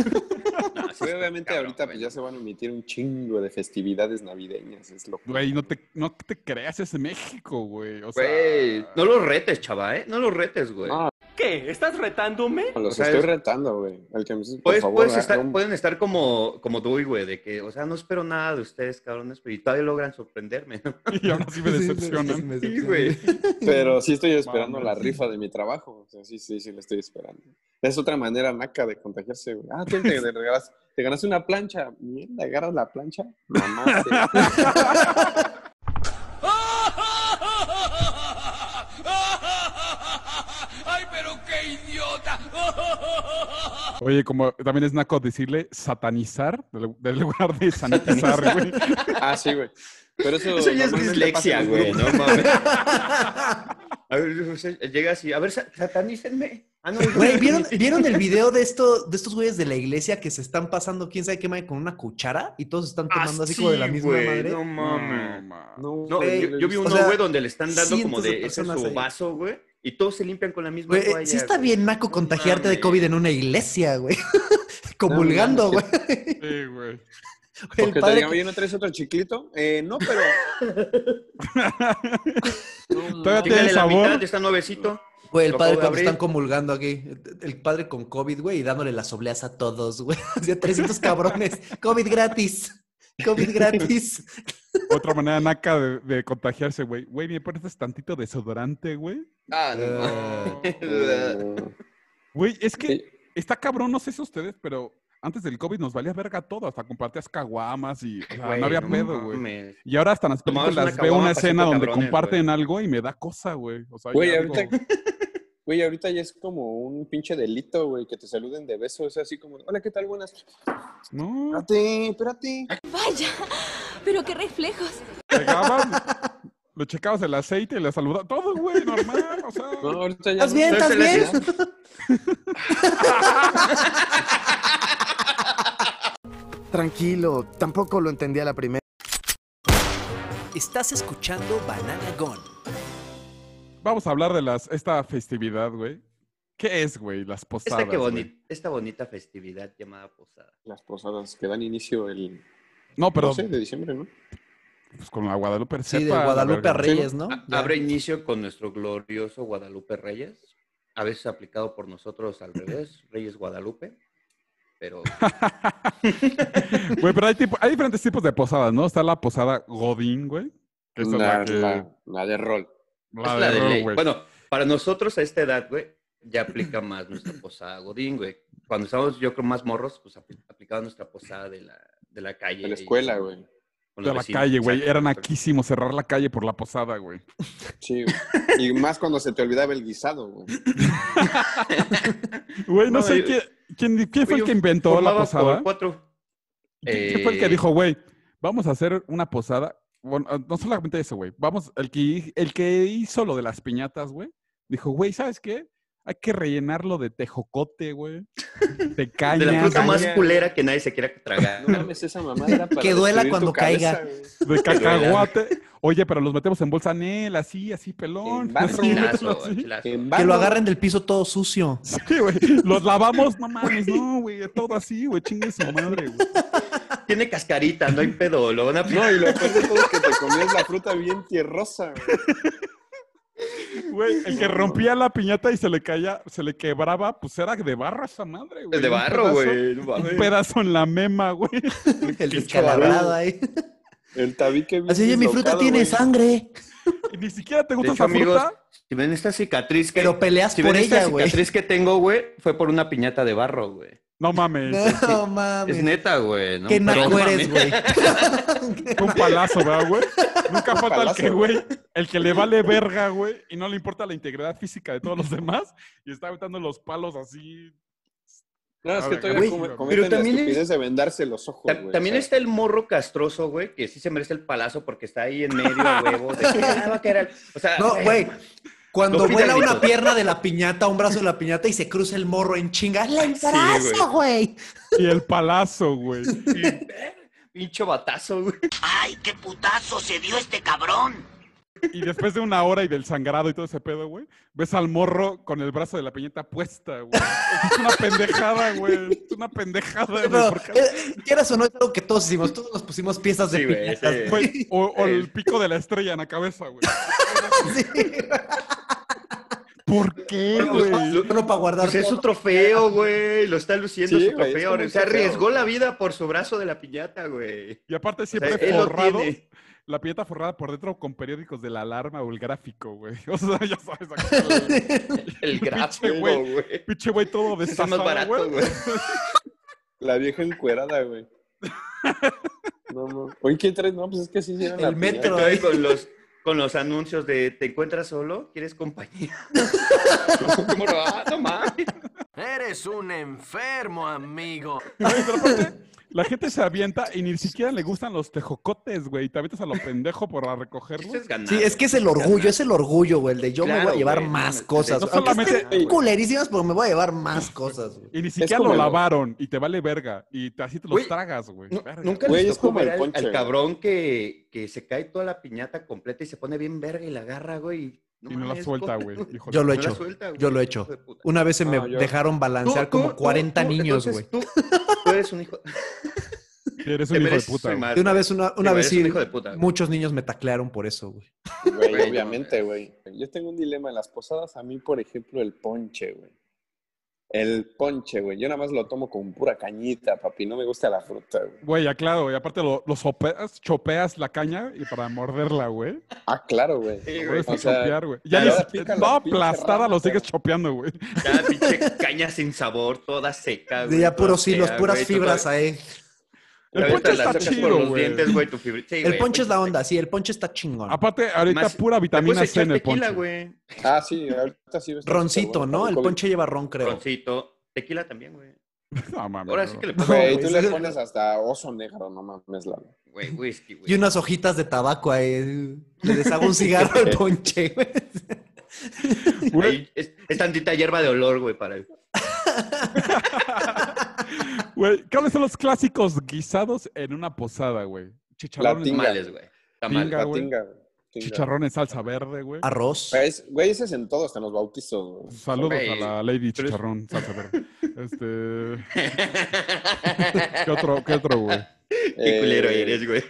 I: No, sí
E: Güey,
I: está
E: obviamente
I: cabrón,
E: ahorita
I: güey.
E: pues, ya se van a emitir un chingo de festividades navideñas, es lo
G: Güey, no te, no te creas, es México, güey. O sea,
I: Güey, no los retes, chava, ¿eh? No los retes, güey.
E: No,
K: ¿Qué? ¿Estás retándome?
E: Ah. los
I: o sea,
E: estoy
I: es-
E: retando, güey. El que me dice, por
I: Puedes-
E: favor,
I: puedes
E: haga
I: estar-
E: un-
I: Pueden estar como, como tú, güey, de que, o sea, no espero nada de ustedes, cabrones, pero y todavía logran sorprenderme.
G: Y ahora sí me
A: Sí, me-
G: decepcionan.
A: me
I: Sí,
A: decepcionan.
I: güey.
E: Pero sí estoy esperando la
G: Mames.
E: rifa de mi trabajo. O sea, sí, sí, sí, la estoy esperando. Es otra manera naca de contagiarse, güey. Ah, tú te, te regalas- te ganaste una plancha. Mierda, agarras la plancha. Mamá,
G: Oye, como también es naco decirle satanizar del, del lugar de sanitizar, güey.
E: Ah, sí, güey. Pero eso.
I: Eso ya es
E: normalmente
I: dislexia,
E: pasa en los
I: güey,
E: grupos.
I: no mames. A ver, o sea, llegas y, a ver, sa- satanícenme. Ah, no,
A: Güey, ¿vieron, ¿vieron el video de, esto, de estos güeyes de la iglesia que se están pasando quién sabe qué madre con una cuchara y todos están
I: Ah,
A: tomando así como de la
I: sí,
A: misma
I: güey,
A: madre?
I: No mames.
G: No, ma-
E: No,
I: No,
E: güey,
I: yo, yo vi
A: o
I: uno,
A: sea,
I: güey, donde le están dando como
A: cientos de
I: de ese
A: personas
I: su
A: ahí.
I: vaso, güey, y todos se limpian con la misma
A: Güey, eh,
I: toalla,
A: sí está
I: güey.
A: bien naco
I: No
A: contagiarte de
I: mames.
A: COVID en una iglesia, güey. Comulgando,
E: No, no,
A: güey.
E: es
G: Sí, güey.
A: El
E: Porque te
A: padre
E: digan,
A: que-
E: oye, ¿no traes otro chiquito? Eh, no, pero. No, mames.
G: Todavía tiene
I: Quítale la
G: sabor.
I: mitad, está nuevecito.
A: Güey, el
I: Lo
A: padre
I: acabo de
A: cuando están
I: abrir.
A: comulgando aquí. El padre con COVID, güey, y dándole las obleas a todos, güey. O sea, 300 cabrones. COVID gratis. COVID gratis.
G: Otra manera naca de, de contagiarse, güey. Güey, ¿me prestas tantito desodorante, güey?
I: Ah,
A: Eh,
I: no. mames.
G: Güey, es que
E: Sí.
G: está cabrón, no sé si ustedes, pero antes del COVID nos valía verga todo. Hasta compartías caguamas y o sea,
I: Güey,
G: no había
I: no
G: pedo, güey.
I: mames.
G: Y ahora hasta en las
I: Tomabas
G: películas
I: una
G: veo
I: caguama
G: una
I: pa'
G: escena
I: cinco
G: donde
I: cabrones,
G: comparten algo y me da cosa, güey. O sea,
E: Güey,
G: ya digo,
E: ahorita- Güey, ahorita ya es como un pinche delito, güey, que te saluden de beso. Es así como, hola, ¿qué tal? Buenas.
G: No.
E: Espérate, espérate.
L: Vaya, pero qué reflejos.
G: Llegabas, lo checabas el aceite y le saludabas. Todo, güey, normal. O sea,
E: No, ahorita ya.
G: ¿Estás bien?
E: no.
G: ¿Estás bien?
M: Tranquilo, tampoco lo entendí a la primera.
B: Estás escuchando Banana Gone.
G: Vamos a hablar de las, esta festividad, güey. ¿Qué es, güey? Las posadas.
I: Esta, que
G: güey.
I: boni- esta bonita festividad llamada posada.
E: Las posadas que dan inicio el.
G: No, pero-
E: 12 de diciembre, ¿no?
G: Pues con la Guadalupe
A: Sí, de
G: Cepa, la
A: Guadalupe
G: verga.
A: a Reyes, ¿no?
I: A-
A: Ya.
I: Abre inicio con nuestro glorioso Guadalupe Reyes, a veces aplicado por nosotros al revés, Reyes Guadalupe, pero
G: Güey, pero hay, tipo- hay diferentes tipos de posadas, ¿no? Está la posada Godín, güey. Que esa es
E: La,
G: la, que-
E: la- la de rol.
G: La
I: es la
G: de
I: de
G: rol,
I: ley.
G: güey.
I: Bueno, para nosotros a esta edad, güey, ya aplica más nuestra posada Godín, güey. Cuando estábamos, yo creo, más morros, pues apl- aplicaba nuestra posada de la, de la calle.
E: De la escuela, güey.
I: con los
G: de la
I: vecinos,
G: calle, güey.
I: exacto.
G: Era naquísimo cerrar la calle por la posada, güey.
E: Sí, güey. Y más cuando se te olvidaba el guisado, güey.
G: Güey, no,
E: No,
G: sé
E: yo-
G: quién, quién, quién
E: Güey,
G: fue el
E: yo
G: que inventó la
I: formaba
G: posada.
I: por cuatro.
G: ¿Quién quién fue el que
I: Eh,
G: dijo, güey, vamos a hacer una posada? Bueno, ah, no solamente eso, güey. Vamos, el que, el que hizo lo de las piñatas, güey, dijo, güey, ¿sabes qué? Hay que rellenarlo de tejocote, güey. De caña.
I: De la fruta más
G: güey,
I: culera que nadie se quiera tragar.
E: No mames, esa mamada era para
A: Que
E: destruir
A: duela
E: tu
A: cuando
E: cabeza,
A: caiga.
E: güey.
G: De cacahuate. Oye, pero los metemos en bolsa Nel, así, así, pelón.
E: En
G: Nosotros
E: barro.
G: metemos así.
E: En
A: Que lo
E: vano.
A: agarren del piso todo sucio.
G: Sí, güey. Los lavamos, no mames, no, güey. Todo así, güey. Chingue su madre, güey.
I: Tiene cascarita, no hay pedo. Lo van a...
E: No, y lo peor de todo es que te comías la fruta bien tierrosa, güey.
G: Güey, el que rompía la piñata y se le caía, se le quebraba, pues era de barro esa madre, güey.
I: de
G: Un
I: barro,
G: pedazo-
I: güey. no
G: Un
I: mames.
G: pedazo en la mema, güey.
A: El descalabrado ahí.
E: El tabique bien
A: Así, oye, mi fruta
E: dislocado,
A: tiene
E: güey.
A: sangre.
G: Y ni siquiera te
I: De
G: gusta esa
I: hecho, amigos,
G: fruta.
I: si ven esta cicatriz que...
A: Pero peleas
I: si
A: por
I: ven
A: ella,
I: esta
A: güey.
I: cicatriz que tengo, güey, fue por una piñata de barro, güey.
G: No mames.
A: No
I: Es
A: mames.
I: neta, güey. ¿no?
A: Qué
I: Pero
A: naco
I: no
A: eres,
I: mames.
A: güey.
G: Fue un palazo, ¿verdad, güey? Nunca falta el
E: palazo,
G: que, güey, el que le vale verga, güey, y no le importa la integridad física de todos los demás, y está aventando los palos así.
E: No, es que
G: Ahora,
E: todavía
G: güey,
E: come-
G: pero
E: cometen la
I: también es-
E: estupidez de vendarse los ojos,
I: Ta-
E: güey.
I: También
E: o sea,
I: está el morro castroso, güey, que sí se merece el palazo porque está ahí en medio, a huevo. de que, "Ah, va a caer al-". O sea,
A: No, güey. Cuando
I: Dos
A: vuela una
I: piñanitos.
A: pierna de la piñata, un brazo de la piñata y se cruza el morro en chinga. ¡La embarazo, güey!
G: Y el palazo, güey.
I: pinche batazo, güey.
B: ¡Ay, qué putazo se dio este cabrón!
G: Y después de una hora y del sangrado y todo ese pedo, güey, ves al morro con el brazo de la piñata puesta, güey. Es una pendejada, güey. Es una pendejada, güey.
A: Pero,
G: ¿por qué?
A: eh, quieras o no, es algo que todos hicimos. Todos nos pusimos piezas de
I: Sí, güey,
A: piñatas.
I: sí. Eh.
A: güey.
G: Güey, Pues, o, o el pico de la estrella en la cabeza, güey. ¿Por qué,
I: Pues,
G: güey?
I: lo-
A: Solo para guardar.
I: pues es su
A: todo.
I: trofeo, güey. Lo está luciendo
E: Sí,
I: su
E: güey, es
I: trofeo.
E: como un
I: o sea,
E: trofeo.
I: arriesgó la vida por su brazo de la piñata, güey.
G: Y aparte
I: O sea,
G: siempre
I: él lo
G: forrado,
I: tiene.
G: la piñata forrada por dentro con periódicos de la alarma o el gráfico, güey. O sea, ya sabes, acá,
I: El
G: Pinche
I: gráfico,
G: güey.
I: güey.
G: pinche güey todo
I: Es el
G: destazado,
I: más barato, güey.
E: La vieja encuerada, güey. No, no. Oye, ¿qué traes? No, pues es que así hicieron la
A: El metro.
E: piñata.
I: Entonces, con los, con los anuncios de ¿te encuentras solo? ¿Quieres compañía? ¿Cómo lo va? No mames.
B: Eres un enfermo, amigo.
G: Güey, pero aparte, la gente se avienta y ni siquiera le gustan los tejocotes, güey. Y te avientas a lo pendejo por a recogerlos.
I: Eso es ganar.
A: Sí, es que es el orgullo, es el orgullo, güey. El de yo me
I: Claro,
A: voy a llevar
I: güey, no
A: más
I: mames,
A: cosas.
G: no
A: Aunque
G: solamente-
A: estén culerísimas, pero me voy a llevar más cosas, güey.
G: Y ni siquiera lo
E: como el-
G: lavaron y te vale verga. Y te- así te los
I: Güey,
G: tragas, güey.
I: Nu-
G: Verga.
I: Nunca
E: Güey,
I: les
E: es
I: tocó
E: como
I: ver
E: el
I: al,
E: ponche,
I: al
E: güey.
I: cabrón que, que se cae toda la piñata completa y se pone bien verga y la agarra, güey. y
G: Y no la
I: mames,
G: suelta,
I: ¿cómo-
G: güey. Híjole.
A: Yo lo he
I: No la
A: hecho.
I: suelta, güey,
A: Yo lo he
I: hijo
A: hecho.
I: de puta.
A: Una vez se me
E: No, yo-
A: dejaron
I: Tú-
A: balancear
I: tú-
A: como
I: tú-
A: 40
I: tú-
A: niños, güey.
I: entonces Tú, tú eres un hijo.
G: Eres
I: te
G: un hijo de
I: mereces
G: puta.
I: un
G: güey.
I: mal,
A: De una
I: güey.
A: vez, una,
I: Sí,
A: una
I: güey, eres
A: vez
I: un
A: sí,
I: hijo de puta, güey.
A: muchos niños me taclearon por eso, güey.
E: Güey,
I: Güey, no
E: obviamente, güey. Yo tengo un dilema. en Las posadas, a mí, por ejemplo, el ponche, güey. El ponche, güey. Yo nada más lo tomo con pura cañita, papi. No me gusta la fruta, güey.
G: Güey, aclaro. Y aparte lo, lo sopeas, chopeas la caña y para morderla, güey.
E: Ah, claro, güey.
A: Eh.
I: Sí,
G: Lo
I: güey.
G: puedes
E: o sea,
G: chopear, güey. Ya
E: te
G: ni
E: la pica
G: siquiera.
E: la
G: No,
E: pinche
G: aplastada
E: rama,
G: lo sigues
E: pero-
G: chopeando, güey.
I: Ya, pinche caña sin sabor, toda seca, güey.
A: ya
I: toda
A: puros hilos,
I: fea,
A: puras
I: güey,
A: fibras
I: toda-
A: ahí.
G: El
I: ahorita
G: ponche
I: la
G: está
I: sacas
G: chido,
I: por los
G: güey.
I: dientes, güey, tu fibri- sí, güey, pues,
A: el ponche es la onda, sí, el ponche está chingón.
G: Aparte, ahorita
I: Más-
G: pura vitamina
I: puedes
G: C en
I: echar
G: el
I: tequila,
G: ponche.
I: güey.
E: Ah, sí, ahorita sí. está
A: Roncito,
E: súper bueno.
A: ¿no? El ponche lleva ron, creo.
I: Roncito, tequila también, güey.
G: No, mames,
I: Ahora
G: no.
I: sí que le
A: No,
E: Güey, tú
A: güey,
E: le
A: sí.
E: pones hasta oso negro, no mames, la
I: Güey, whisky, güey.
A: Y unas hojitas de tabaco ahí. Le deshago un cigarro al ponche, güey.
I: Ahí es, es tantita hierba de olor, güey, para él.
G: Güey, ¿cuáles son los clásicos guisados en una posada, güey? Chicharrones,
E: Tinga.
I: Tamales, güey. Tamales.
G: Tinga,
E: La
G: güey.
E: tinga, güey. Tinga.
G: chicharrón en salsa verde, güey.
E: Ah,
A: Arroz.
E: Es- Güey, ese es en todos, hasta en los bautizos. güey.
G: Saludos
I: Güey,
G: a la Lady
I: pero es-
G: Chicharrón, salsa verde. Este, ¿qué otro, qué otro, güey?
I: Qué culero
E: Eh,
I: eres, güey.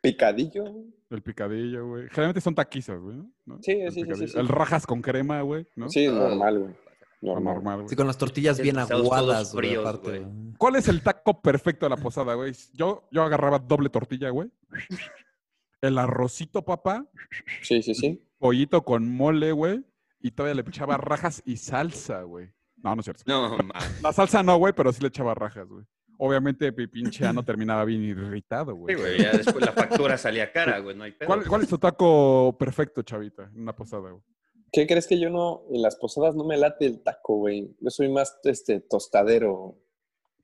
E: Picadillo. güey.
G: El picadillo, güey. Generalmente son taquizas, güey, ¿no?
E: Sí,
G: El
E: sí, sí,
G: picadillo.
E: sí, sí.
G: El rajas con crema, güey, ¿no?
E: Sí,
I: Ah.
E: normal, güey.
G: Lo
E: Normal.
G: normal, güey.
A: Sí, con las tortillas bien
I: Estamos todos
A: aguadas, güey,
I: fríos,
A: aparte,
I: güey.
A: güey.
G: ¿Cuál es el taco perfecto de la posada, güey? Yo, yo agarraba doble tortilla, güey. El arrocito, papá.
E: Sí, sí, sí.
G: Pollito con mole, güey. Y todavía le echaba rajas y salsa, güey. No, no es cierto.
I: No, mames.
G: La salsa no, güey, pero sí le echaba rajas, güey. Obviamente, mi pinche ano terminaba bien irritado,
I: Sí,
G: güey.
I: güey, ya después la factura salía cara, güey, no hay pedo.
G: ¿Cuál, cuál es tu taco perfecto, chavita? En una posada, güey.
E: ¿Qué crees que yo no, en las posadas no me late el taco, güey? Yo soy más este tostadero.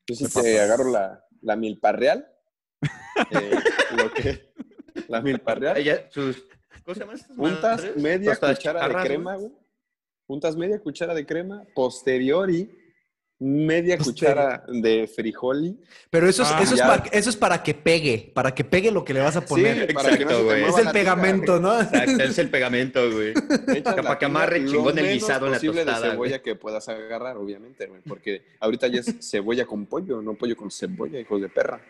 E: Yo sí
G: Te
E: te
G: pasas.
E: agarro la, la milpa real. Eh, lo que, la milpa real.
I: Ella, sus, ¿Cómo se llama? estas
E: Juntas
I: madres?
E: media
I: Tostadas
E: cuchara de
I: chatarras,
E: crema, güey. Juntas media cuchara de crema, posteriori media
A: Posterior.
E: cuchara de frijoli.
A: Pero eso es,
G: Ah,
A: eso, es
E: ya.
A: para, eso es para que pegue, para que pegue lo que le vas a poner.
E: Sí, para que no se
I: Exacto,
E: te
I: güey.
E: mueva
A: es el
E: la tinga.
A: pegamento, ¿no?
I: Exacto, es el pegamento, güey.
E: Echas
I: Para
E: la tinga
I: que amarre
E: lo
I: chingón el
E: menos
I: guisado en la
E: posible
I: tostada,
E: de cebolla
I: güey.
E: que puedas agarrar, obviamente, güey, porque ahorita ya es cebolla con pollo, no pollo con cebolla, hijos de perra.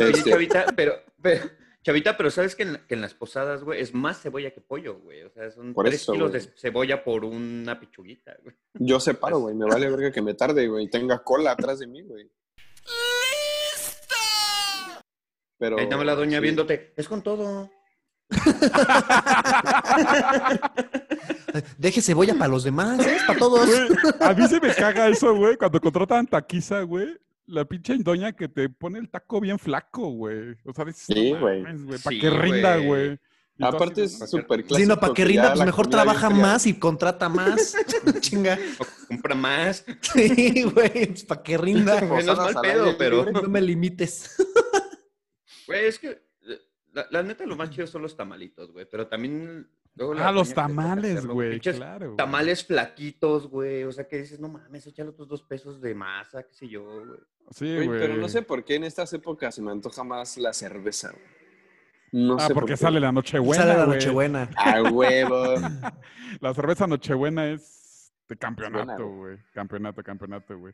I: Oye,
E: Este,
I: Chavita, pero, pero- Chavita, pero sabes que en, que en las posadas, güey, es más cebolla que pollo, güey. O sea, son
E: Por
I: tres
E: eso,
I: kilos
E: güey.
I: de cebolla por una pichuguita, güey.
E: yo separo, güey, me vale verga que me tarde, güey, y tenga cola atrás de mí, güey. Pero
I: Ahí estaba la doña
E: sí.
I: viéndote, es con todo.
A: Deje cebolla para los demás, es para todos.
G: Güey, A mí se me caga eso, güey. Cuando contratan taquiza, güey. La pinche doña que te pone el taco bien flaco, güey. O sea, dices,
E: Sí,
G: "No
E: güey.
G: mames, Para
I: Sí,
G: que rinda,
I: güey.
G: güey. Y tú
E: Aparte
G: así,
E: es súper clásico.
A: Sí, no, para que rinda, pues mejor trabaja más y contrata más. Chinga.
I: O compra más.
A: Sí, güey, para que rinda.
I: Menos mal pedo, pero-
A: No me limites.
I: Güey, es que eh, la, la neta lo más chido son los tamalitos, güey. Pero también... luego la
G: Ah, los
I: doña que le toca
G: tamales,
I: hacer los
G: güey.
I: pinches
G: Claro. güey.
I: Tamales flaquitos, güey. O sea, que dices, no mames, échale otros dos pesos de masa, qué sé yo, güey.
G: Sí,
E: Güey,
G: güey.
E: pero no sé por qué en estas épocas se me antoja más la cerveza. güey. No
G: Ah,
E: sé por
G: porque
E: qué.
G: sale la Nochebuena.
A: Sale la
G: güey.
A: Nochebuena.
E: A huevo.
G: La cerveza Nochebuena es de campeonato,
E: güey.
G: güey. Campeonato, campeonato, güey.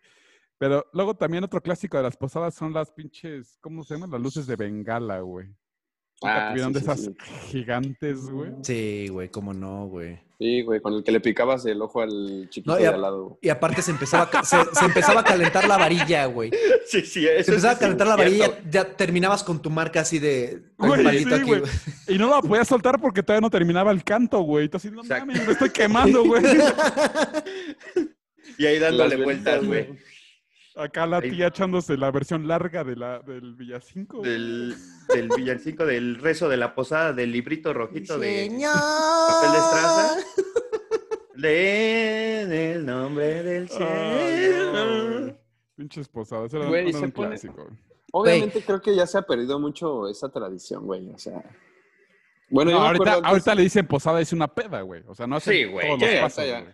G: Pero luego también otro clásico de las posadas son las pinches, ¿cómo se llaman? Las luces de Bengala, güey. Nunca
E: Ah,
G: tuvieron
E: sí,
G: de
E: sí,
G: esas
E: sí.
G: gigantes, güey.
A: Sí, güey, cómo no, güey.
E: Sí, güey, con el que le picabas el ojo al chiquito
A: No, y
E: de
A: a-
E: al lado. güey.
A: Y aparte se empezaba, a ca- se, se empezaba a calentar la varilla, güey.
I: Sí, sí,
A: Se
I: eso
A: empezaba
I: sí
A: a calentar la
I: es
A: varilla,
I: cierto,
A: ya, ya terminabas con tu marca así de con
G: Güey,
A: un palito
G: sí,
A: aquí,
G: güey.
A: güey.
G: Y no la podías soltar porque todavía no terminaba el canto, güey. Entonces, no
I: Exacto.
G: mames, me estoy quemando, güey.
I: Y ahí dándole
E: Las velitas,
I: vueltas, güey.
G: Acá la
I: Ahí-
G: tía echándose la versión larga de la, del Villacinco. güey.
I: Del, del villancico, del rezo de la posada, del librito rojito de papel de
A: Señor.
I: estraza. Lee en el nombre del
G: Ay, no,
I: cielo.
G: güey. Pinches posadas. Era
E: Güey,
G: era
E: se
G: un
E: pone-
G: clásico. güey.
E: Obviamente creo que ya se ha perdido mucho esa tradición, güey. O sea. Bueno,
G: No,
E: yo me
G: ahorita,
E: acuerdo antes-
G: ahorita le dicen posada, es una peda, güey. O sea, no hacen
I: Sí, güey,
G: todos
I: ya,
G: los
I: ya,
G: pasos,
E: ya.
G: güey.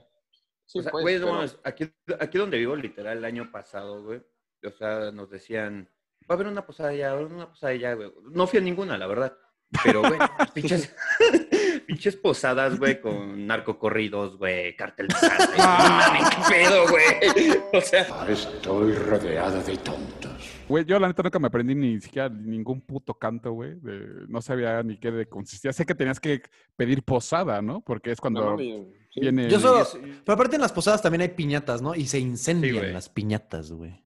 E: Sí,
I: O sea,
E: pues,
I: güey,
E: pero-
I: no, aquí, aquí donde vivo, literal, el año pasado, güey. O sea, nos decían, va a haber una posada ya, va a haber una posada ya, güey. No fui a ninguna, la verdad. Pero, güey, pinches, pinches posadas, güey, con narcocorridos, güey, cartel de sangre. No
G: Ah.
I: mames, qué pedo, güey. O sea,
F: Estoy rodeado de tontos.
G: Güey, yo la neta nunca me aprendí ni siquiera ningún puto canto, güey. de- No sabía ni qué de consistía. Sé que tenías que pedir posada, ¿no? Porque es cuando
E: No, mames, sí.
G: viene...
A: Yo
G: el-
A: solo, pero aparte en las posadas también hay piñatas, ¿no? Y se incendian
I: güey.
A: las piñatas, güey.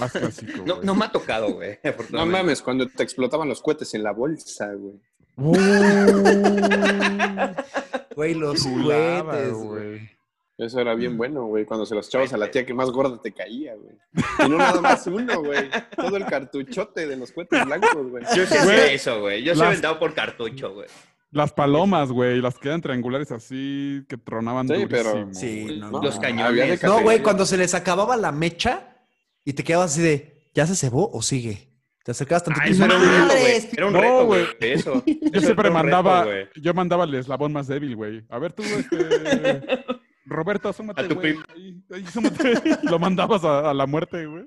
G: Más clásico,
I: no,
G: güey.
I: no me ha tocado, güey.
E: No mames, cuando te explotaban los cohetes en la bolsa, güey.
A: Güey, los
G: Chulada,
A: juguetes, ¡Oh! güey.
G: güey.
E: Eso era
I: Mm.
E: bien bueno, güey. Cuando se los echabas a la tía que más gorda te caía, güey. Y no nada más uno, güey. Todo el cartuchote de los cohetes blancos, güey.
I: Yo sí hacía
G: Güey,
I: eso, güey. Yo se
G: las-
I: he vendado por cartucho, güey.
G: Las palomas, güey, las que eran triangulares así, que tronaban
I: Sí,
G: durísimo.
I: pero-
A: Sí, no, no.
I: Los
A: Había
I: cañones.
A: de No, güey, cuando se les acababa la mecha y te quedabas así de, ¿ya se cebó o sigue? Te acercabas tantito.
I: Eso era un reto, güey.
A: ¡Madres!
I: Era un
G: No,
I: reto, güey.
G: güey.
I: Eso.
G: Yo siempre mandaba, yo mandaba el eslabón más débil, güey. A ver tú, este... Roberto, asómate,
I: A tu
G: güey.
I: prim-
G: Ahí, ahí, asómate. Lo mandabas a, a la muerte, güey.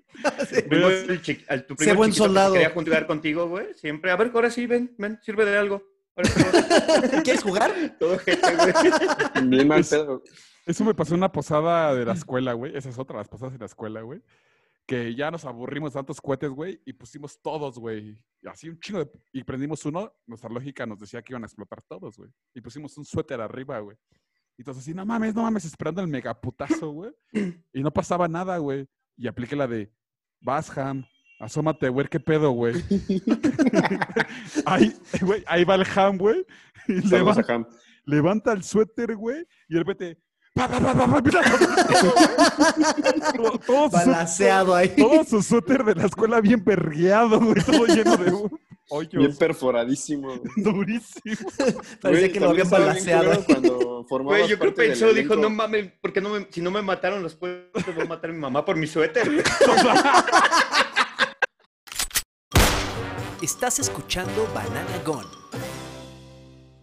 I: Primo, el chiqui- al- tu primo
G: Sé buen
I: chiquito que se
G: soldado.
I: Quería jugar contigo, güey. Siempre. A ver, ahora sí, ven, ven, sirve de algo. Ahora sí,
A: ¿Quieres jugar?
I: Todo gente, güey.
E: Bien mal
G: Es-
E: pedo.
G: Eso me pasó en una posada de la escuela, güey. Esa es otra, las posadas de la escuela, güey. Que ya nos aburrimos de tantos cohetes, güey, y pusimos todos, güey. Y Así un chingo de... Y prendimos uno, nuestra lógica nos decía que iban a explotar todos, güey. Y pusimos un suéter arriba, güey. Y entonces así, no mames, no mames, esperando el megaputazo, güey. Y no pasaba nada, güey. Y apliqué la de, vas, Ham, asómate, güey, qué pedo, güey. ahí, güey, ahí va el Ham, güey. Y
E: Saludos
G: levan-
E: a Ham.
G: levanta el suéter, güey, y de repente... pa, pa, pa, pa, pa, pa, todo- todo su-
A: Balaseado ahí.
G: Todo su suéter de la escuela bien perreado, güey. Todo lleno de hue-
E: Bien
G: hoyos.
E: perforadísimo. güey.
G: Durísimo.
A: Parecía
E: Güey,
A: que lo
E: también
A: habían
E: estaba bien
A: balaseado.
E: culero Cuando formabas
I: Güey, yo creo
E: parte
I: que
E: del
I: pensó, dijo,
E: elenco.
I: no mames, porque no me- si no me mataron los pueblos, voy a matar a mi mamá por mi suéter. güey.
B: Estás escuchando Banana Gun.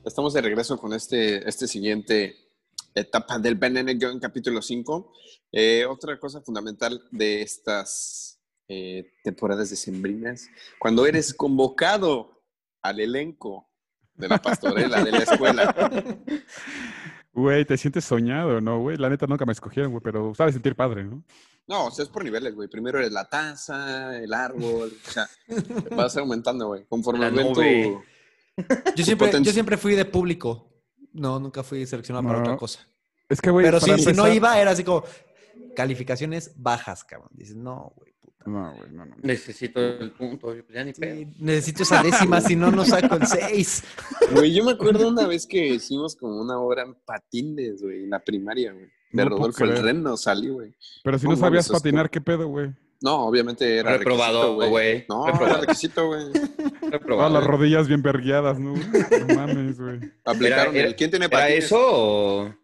E: Estamos de regreso con este, este siguiente etapa del Banana Gun, capítulo 5. otra cosa fundamental de estas eh, temporadas decembrinas, cuando eres convocado al elenco de la pastorela de la escuela.
G: Güey, te sientes soñado, ¿no, güey? La neta nunca me escogieron, güey, pero sabes sentir padre, ¿no?
E: No, o sea, es por niveles, güey. Primero eres la taza, el árbol, o sea, vas aumentando, güey. Conforme
I: La
E: aumento...
I: nube.
A: Yo siempre,
E: Poten-
A: yo siempre fui de público. No, nunca fui seleccionado para
G: No.
A: otra cosa.
G: Es que, güey,
A: Pero sí,
G: para
A: si no
G: empezar-
A: iba, era así como calificaciones bajas, cabrón. Dices, no, güey.
G: No, güey, no, no.
I: Necesito el punto, yo, pues ya ni pedo.
A: Necesito esa décima, si no, no saco el 6.
E: Güey, yo me acuerdo una vez que hicimos como una obra en patines, güey, en la primaria, güey. De
G: No puedo
E: Rodolfo el
G: creer.
E: Reno salí, güey.
G: Pero si no,
E: No
G: sabías
E: mames,
G: patinar, ¿qué pedo, güey?
E: No, obviamente era
I: Reprobado,
E: requisito,
I: güey.
E: No,
I: Reprobado.
E: era requisito, güey.
G: Todas las
I: Reprobado.
G: rodillas bien vergueadas, ¿no? No mames, güey.
E: Aplicaron
I: Era-
E: el ¿quién tiene
I: ¿Era
E: patines?
I: eso o...?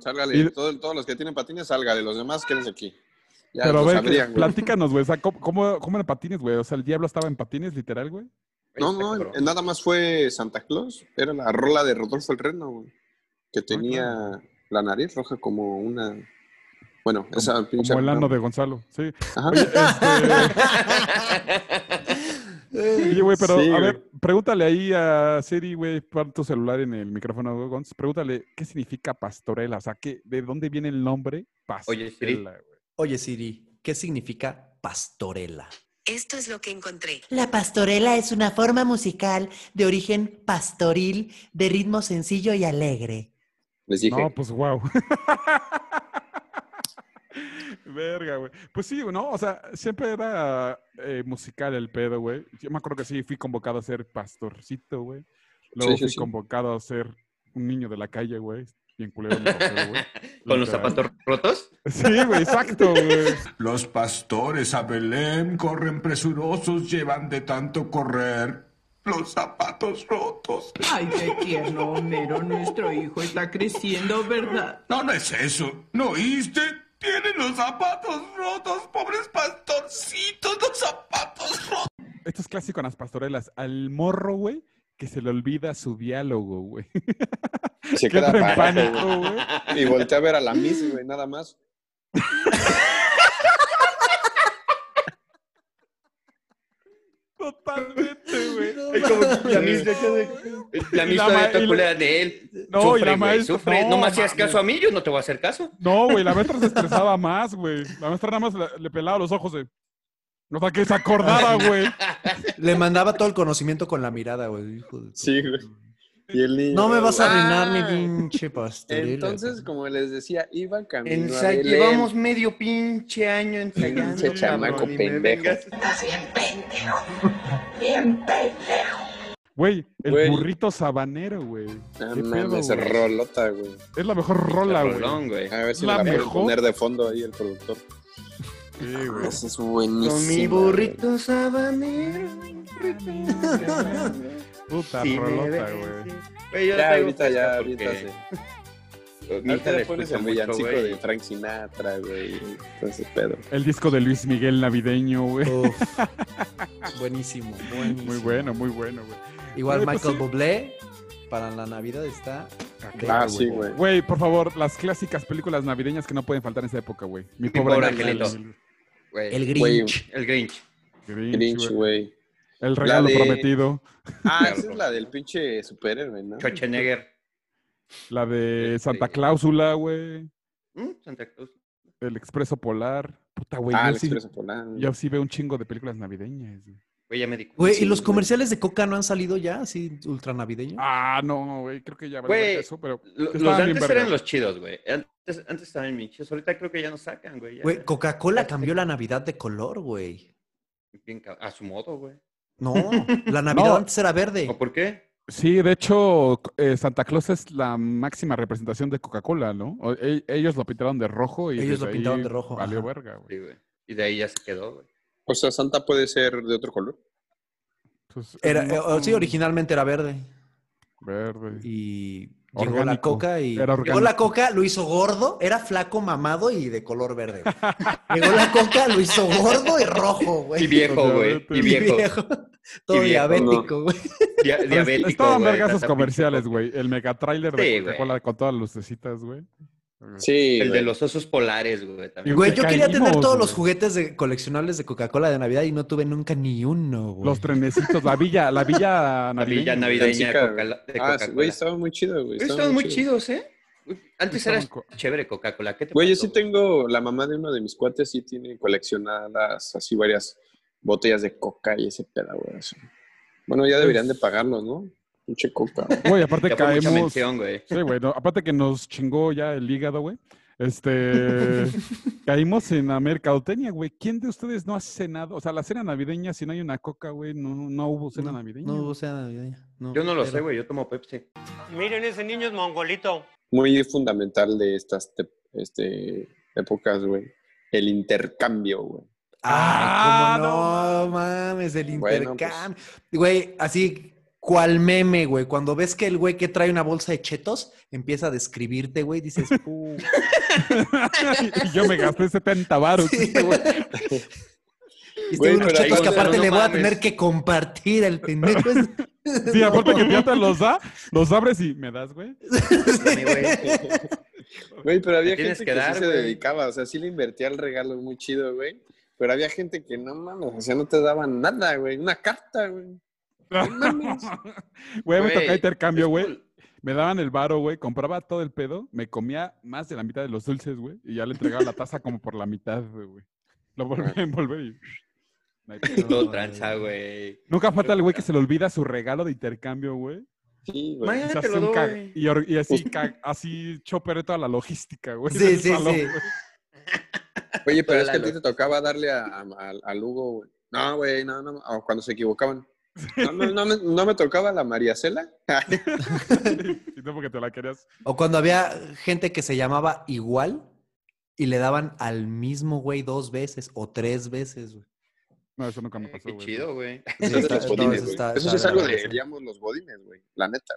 E: Sálgale,
G: Y-
E: todo- todos los que tienen patines, sálgale, los demás quédense aquí. Ya
G: Pero,
E: lo
G: güey,
E: sabrían, güey.
G: platícanos, güey. O sea, ¿cómo, cómo, cómo eran patines, güey? O sea, el diablo estaba en patines, literal, güey.
E: No, no, eh,
I: Cabrón.
E: nada más fue Santa Claus. Era la rola de Rodolfo el Reno, güey. Que tenía la nariz roja como una. Bueno, esa pinche.
G: Como el ano de Gonzalo, sí.
E: Ajá.
G: Oye, este, oye, güey, pero
E: Sí,
G: a
E: güey.
G: ver, pregúntale ahí a Siri, güey, pon tu celular en el micrófono, güey, Gonz. Pregúntale, ¿qué significa pastorela? O sea, ¿qué, ¿de dónde viene el nombre pastorela?
I: Oye, Siri.
G: güey?
A: Oye, Siri, ¿qué significa pastorela?
N: Esto es lo que encontré.
O: La pastorela es una forma musical de origen pastoril, de ritmo sencillo y alegre.
E: Les dije.
G: No, pues wow. Verga, güey. Pues sí, ¿no? O sea, siempre era eh, musical el pedo, güey. Yo me acuerdo que sí, fui convocado a ser pastorcito, güey. Luego
E: Sí, sí,
G: fui
E: sí.
G: convocado a ser un niño de la calle, güey. Bien culero mi papel, güey. Literal.
I: ¿Con los zapatos rotos?
G: Sí, güey, exacto, güey.
F: Los pastores a Belén corren presurosos, llevan de tanto correr los zapatos rotos.
P: Ay, qué tierno, Homero. Nuestro hijo está creciendo, ¿verdad?
F: No, no es eso. ¿No oíste? Tienen los zapatos rotos, pobres pastorcitos, los zapatos rotos.
G: Esto es clásico en las pastorelas. Al morro, güey, que se le olvida su diálogo, güey.
E: Se
G: Que
E: queda
G: entra en
E: parado,
G: pánico, güey.
E: Y volteé a ver a la Miss, güey, nada más.
G: Totalmente, güey.
I: Ay, como que la Miss de- La
G: Y la
I: misma de
G: ma-
I: esta
G: y la-
I: culera de él.
G: No, y
I: sufre,
G: la
I: güey,
G: maestra-
I: Sufre.
G: no,
I: No, me hacías
G: mames.
I: caso a mí, yo no te voy a hacer caso.
G: No, güey, la maestra se estresaba más, güey. La maestra nada más le, le pelaba los ojos de. O sea, que se acordaba, güey.
A: Le mandaba todo el conocimiento con la mirada, güey. hijo de tu-
E: Sí, güey. Y el niño.
A: No me vas a arruinar
E: Ah,
A: mi pinche pastorela.
E: Entonces, como les decía, iban camino a
I: Ensa-
E: Belén.
I: Llevamos medio pinche año ensayando.
E: Pinche chamaco
I: cabrón, y me
E: pendejo.
I: vengas-
P: Estás bien pendejo. Bien pendejo.
G: Güey, el
E: Güey.
G: burrito sabanero, güey.
E: No
G: Qué pedo,
E: mames,
G: güey.
E: rolota, güey.
G: Es la mejor rola,
I: rolón,
G: güey.
E: A ver si
G: La
E: la, puede
G: mejor.
E: poner de fondo ahí el productor.
G: Sí,
F: Ah,
E: güey. Esa es buenísima.
I: Con mi burrito sabanero.
G: Puta
I: Sí, me
G: rolota,
I: ves.
G: güey.
I: Güey, yo la
E: Ya,
I: traigo
E: ahorita,
I: fresca
E: ya,
I: porque
E: ahorita, sí.
I: Mi
E: Ahorita
I: hija
E: le
I: le
E: pones
I: escucha
E: el
I: mucho,
E: villancico
I: güey.
E: de Frank Sinatra, güey. Entonces, pedo.
G: El disco de Luis Miguel navideño, güey.
A: Buenísimo, buenísimo.
G: Muy bueno, muy bueno, güey.
A: Igual
G: Güey, pues
A: Michael
G: sí.
A: Bublé para la Navidad está.
E: claro, Ah, sí, güey.
G: Güey, por favor, las clásicas películas navideñas que no pueden faltar en esa época, güey. Mi,
I: pobre
G: pobre,
I: angelito. Güey.
A: El
E: Güey,
A: Grinch.
I: El Grinch.
G: Grinch,
E: Grinch, güey.
G: El
E: La
G: regalo
E: de-
G: prometido.
E: Ah, esa es la del pinche superhéroe, ¿no?
I: Schwarzenegger.
G: La
E: Este,
G: de Santa Cláusula, güey.
I: ¿Mm? Santa Claus.
G: El Expreso Polar. Puta, güey.
E: Ah,
G: yo
E: el
G: sí-
E: expreso polar.
G: Yo sí veo un chingo de películas navideñas. güey.
I: Güey, ya me di
A: Güey,
I: Sí,
A: ¿y los comerciales de Coca no han salido ya así ultra navideños?
G: Ah, no, güey. Creo que ya valió
I: Güey,
G: verga eso, pero.
I: lo- los de
G: estaban bien
I: antes
G: verga.
I: eran los chidos, güey. Antes, antes estaban bien chidos. Ahorita creo que ya no sacan, güey. ya.
A: Güey, Coca-Cola cambió la Navidad de color, güey.
I: Bien cab- a su modo, güey.
A: No, la Navidad
G: No.
A: antes era verde.
I: ¿O por qué?
G: Sí, de hecho, co- eh, Santa Claus es la máxima representación de Coca-Cola, ¿no? O- e- ellos lo pintaron de rojo y.
A: Ellos
G: desde
A: lo
G: ahí
A: pintaron de rojo,
G: Valió
A: ajá.
G: verga, güey.
I: Sí, güey. Y de ahí ya se quedó, güey.
E: O sea, Santa puede ser de otro color.
G: Pues,
A: Era,
G: no,
A: eh, o- sí,
G: mm,
A: originalmente era verde.
G: Verde.
A: Y llegó la
G: Orgánico.
A: coca y.
G: Era
A: Llegó la
G: orgánico.
A: coca, lo hizo gordo, era flaco, mamado y de color verde. güey. Llegó la coca, lo hizo gordo y rojo, güey.
I: Y viejo, güey. Y viejo.
A: Todo
I: Y viejo,
A: diabético, güey.
I: Dia-
G: Pero
I: diabético,
G: Estaban
I: güey,
G: vergas esos
I: tanta
G: comerciales,
I: pinche
G: güey. El megatrailer de
I: Sí, güey.
G: Coca-Cola con todas las lucecitas, güey.
E: Sí,
I: Mm. El
E: güey.
I: de los osos polares, güey. también.
A: Güey,
G: Te
A: yo quería tener
G: caímos,
A: todos los
G: güey.
A: juguetes de- coleccionables de Coca-Cola de Navidad y no tuve nunca ni uno, güey.
G: Los trenecitos, la villa, la villa
I: La
G: navideña.
I: villa navideña de
E: Chica,
I: Coca-
E: güey.
I: de
E: Ah,
I: Coca-Cola.
E: güey, estaba muy chido, güey.
I: Pero
E: estaba
I: estaban muy chidos, ¿eh? Antes
G: Estaban
I: era
G: co-
I: chévere Coca-Cola. ¿Qué te
E: Güey, yo
I: pasó,
E: sí tengo, la mamá de uno de mis cuates sí tiene coleccionadas así varias botellas de coca y ese pedo, güey. así. Bueno, ya deberían de pagarlos, ¿no? Pinche coca. güey.
G: Güey, aparte
I: Ya fue mucha
G: caemos.
I: mención, güey.
G: Sí, güey. no, aparte que nos chingó ya el hígado, güey. Este. caímos en la mercadotecnia, güey. ¿Quién de ustedes no ha cenado? O sea, la cena navideña, si no hay una coca, güey, no, no hubo cena navideña.
A: No
G: güey.
A: hubo cena navideña. no.
I: Yo no lo
A: Pero-
I: sé, güey. Yo tomo Pepsi.
K: Miren, ese niño es mongolito.
E: Muy fundamental de estas te- este, épocas, güey. El intercambio, güey.
A: Ah,
G: Ah,
A: cómo no, mames, el
E: Bueno,
A: intercambio. Güey, así cual meme, güey. Cuando ves que el güey que trae una bolsa de chetos empieza a describirte, güey, dices, "Uh, "Puh".
G: Y Yo me gasté 70 varos. güey.
A: Y
E: Güey,
A: tengo este
E: pero
A: unos
E: ahí
A: chetos que
E: cuando-
A: aparte
I: no
A: le voy a
I: mames.
A: tener que compartir al pendejo.
G: Sí, aparte que ya te los da, los abres y me das, güey.
I: Dame, güey.
E: Güey, pero había
I: Te tienes
E: gente que,
I: que dar,
E: sí se
I: güey.
E: dedicaba, o sea, sí le invertía al regalo muy chido, güey. Pero había gente que no mames, o sea, no te daban nada, güey. Una carta, güey.
G: Güey, me tocaba
I: Güey,
G: intercambio,
I: es
G: güey.
I: cool.
G: Me daban el varo, güey, compraba todo el pedo, me comía más de la mitad de los dulces, güey, y ya le entregaba la taza como por la mitad, güey. Lo
I: Ah.
G: volví a envolver y... No hay pedo.
I: Todo tranza, güey.
G: Nunca falta el güey que se le olvida su regalo de intercambio, güey.
E: Sí, güey.
G: Y,
I: Mañana
G: se
I: Ah, te
G: hace
I: lo
G: un ca-
I: doy. Pues
G: y or- y así, ca- así chopper toda la logística, güey.
A: Sí,
G: del
A: sí,
G: salón,
A: sí.
G: güey.
E: Oye, pero
I: Toda
E: es que
I: la
E: a ti te tocaba darle a, a, a- a Lugo, güey. No, güey, no, no. O cuando se equivocaban. No, no, no, me, no me tocaba la Mariacela.
G: Y no porque te la querías.
A: O cuando había gente que se llamaba igual y le daban al mismo güey dos veces o tres veces, güey.
G: No, eso nunca me pasó,
I: Eh, Qué
G: güey.
I: chido, güey.
E: Eso es
A: está-
E: los
A: no,
E: godines,
A: eso
E: güey.
A: está-
E: Eso
A: está
E: sí es algo
A: verga,
E: de,
A: sí.
E: diríamos, los godines, güey. La neta.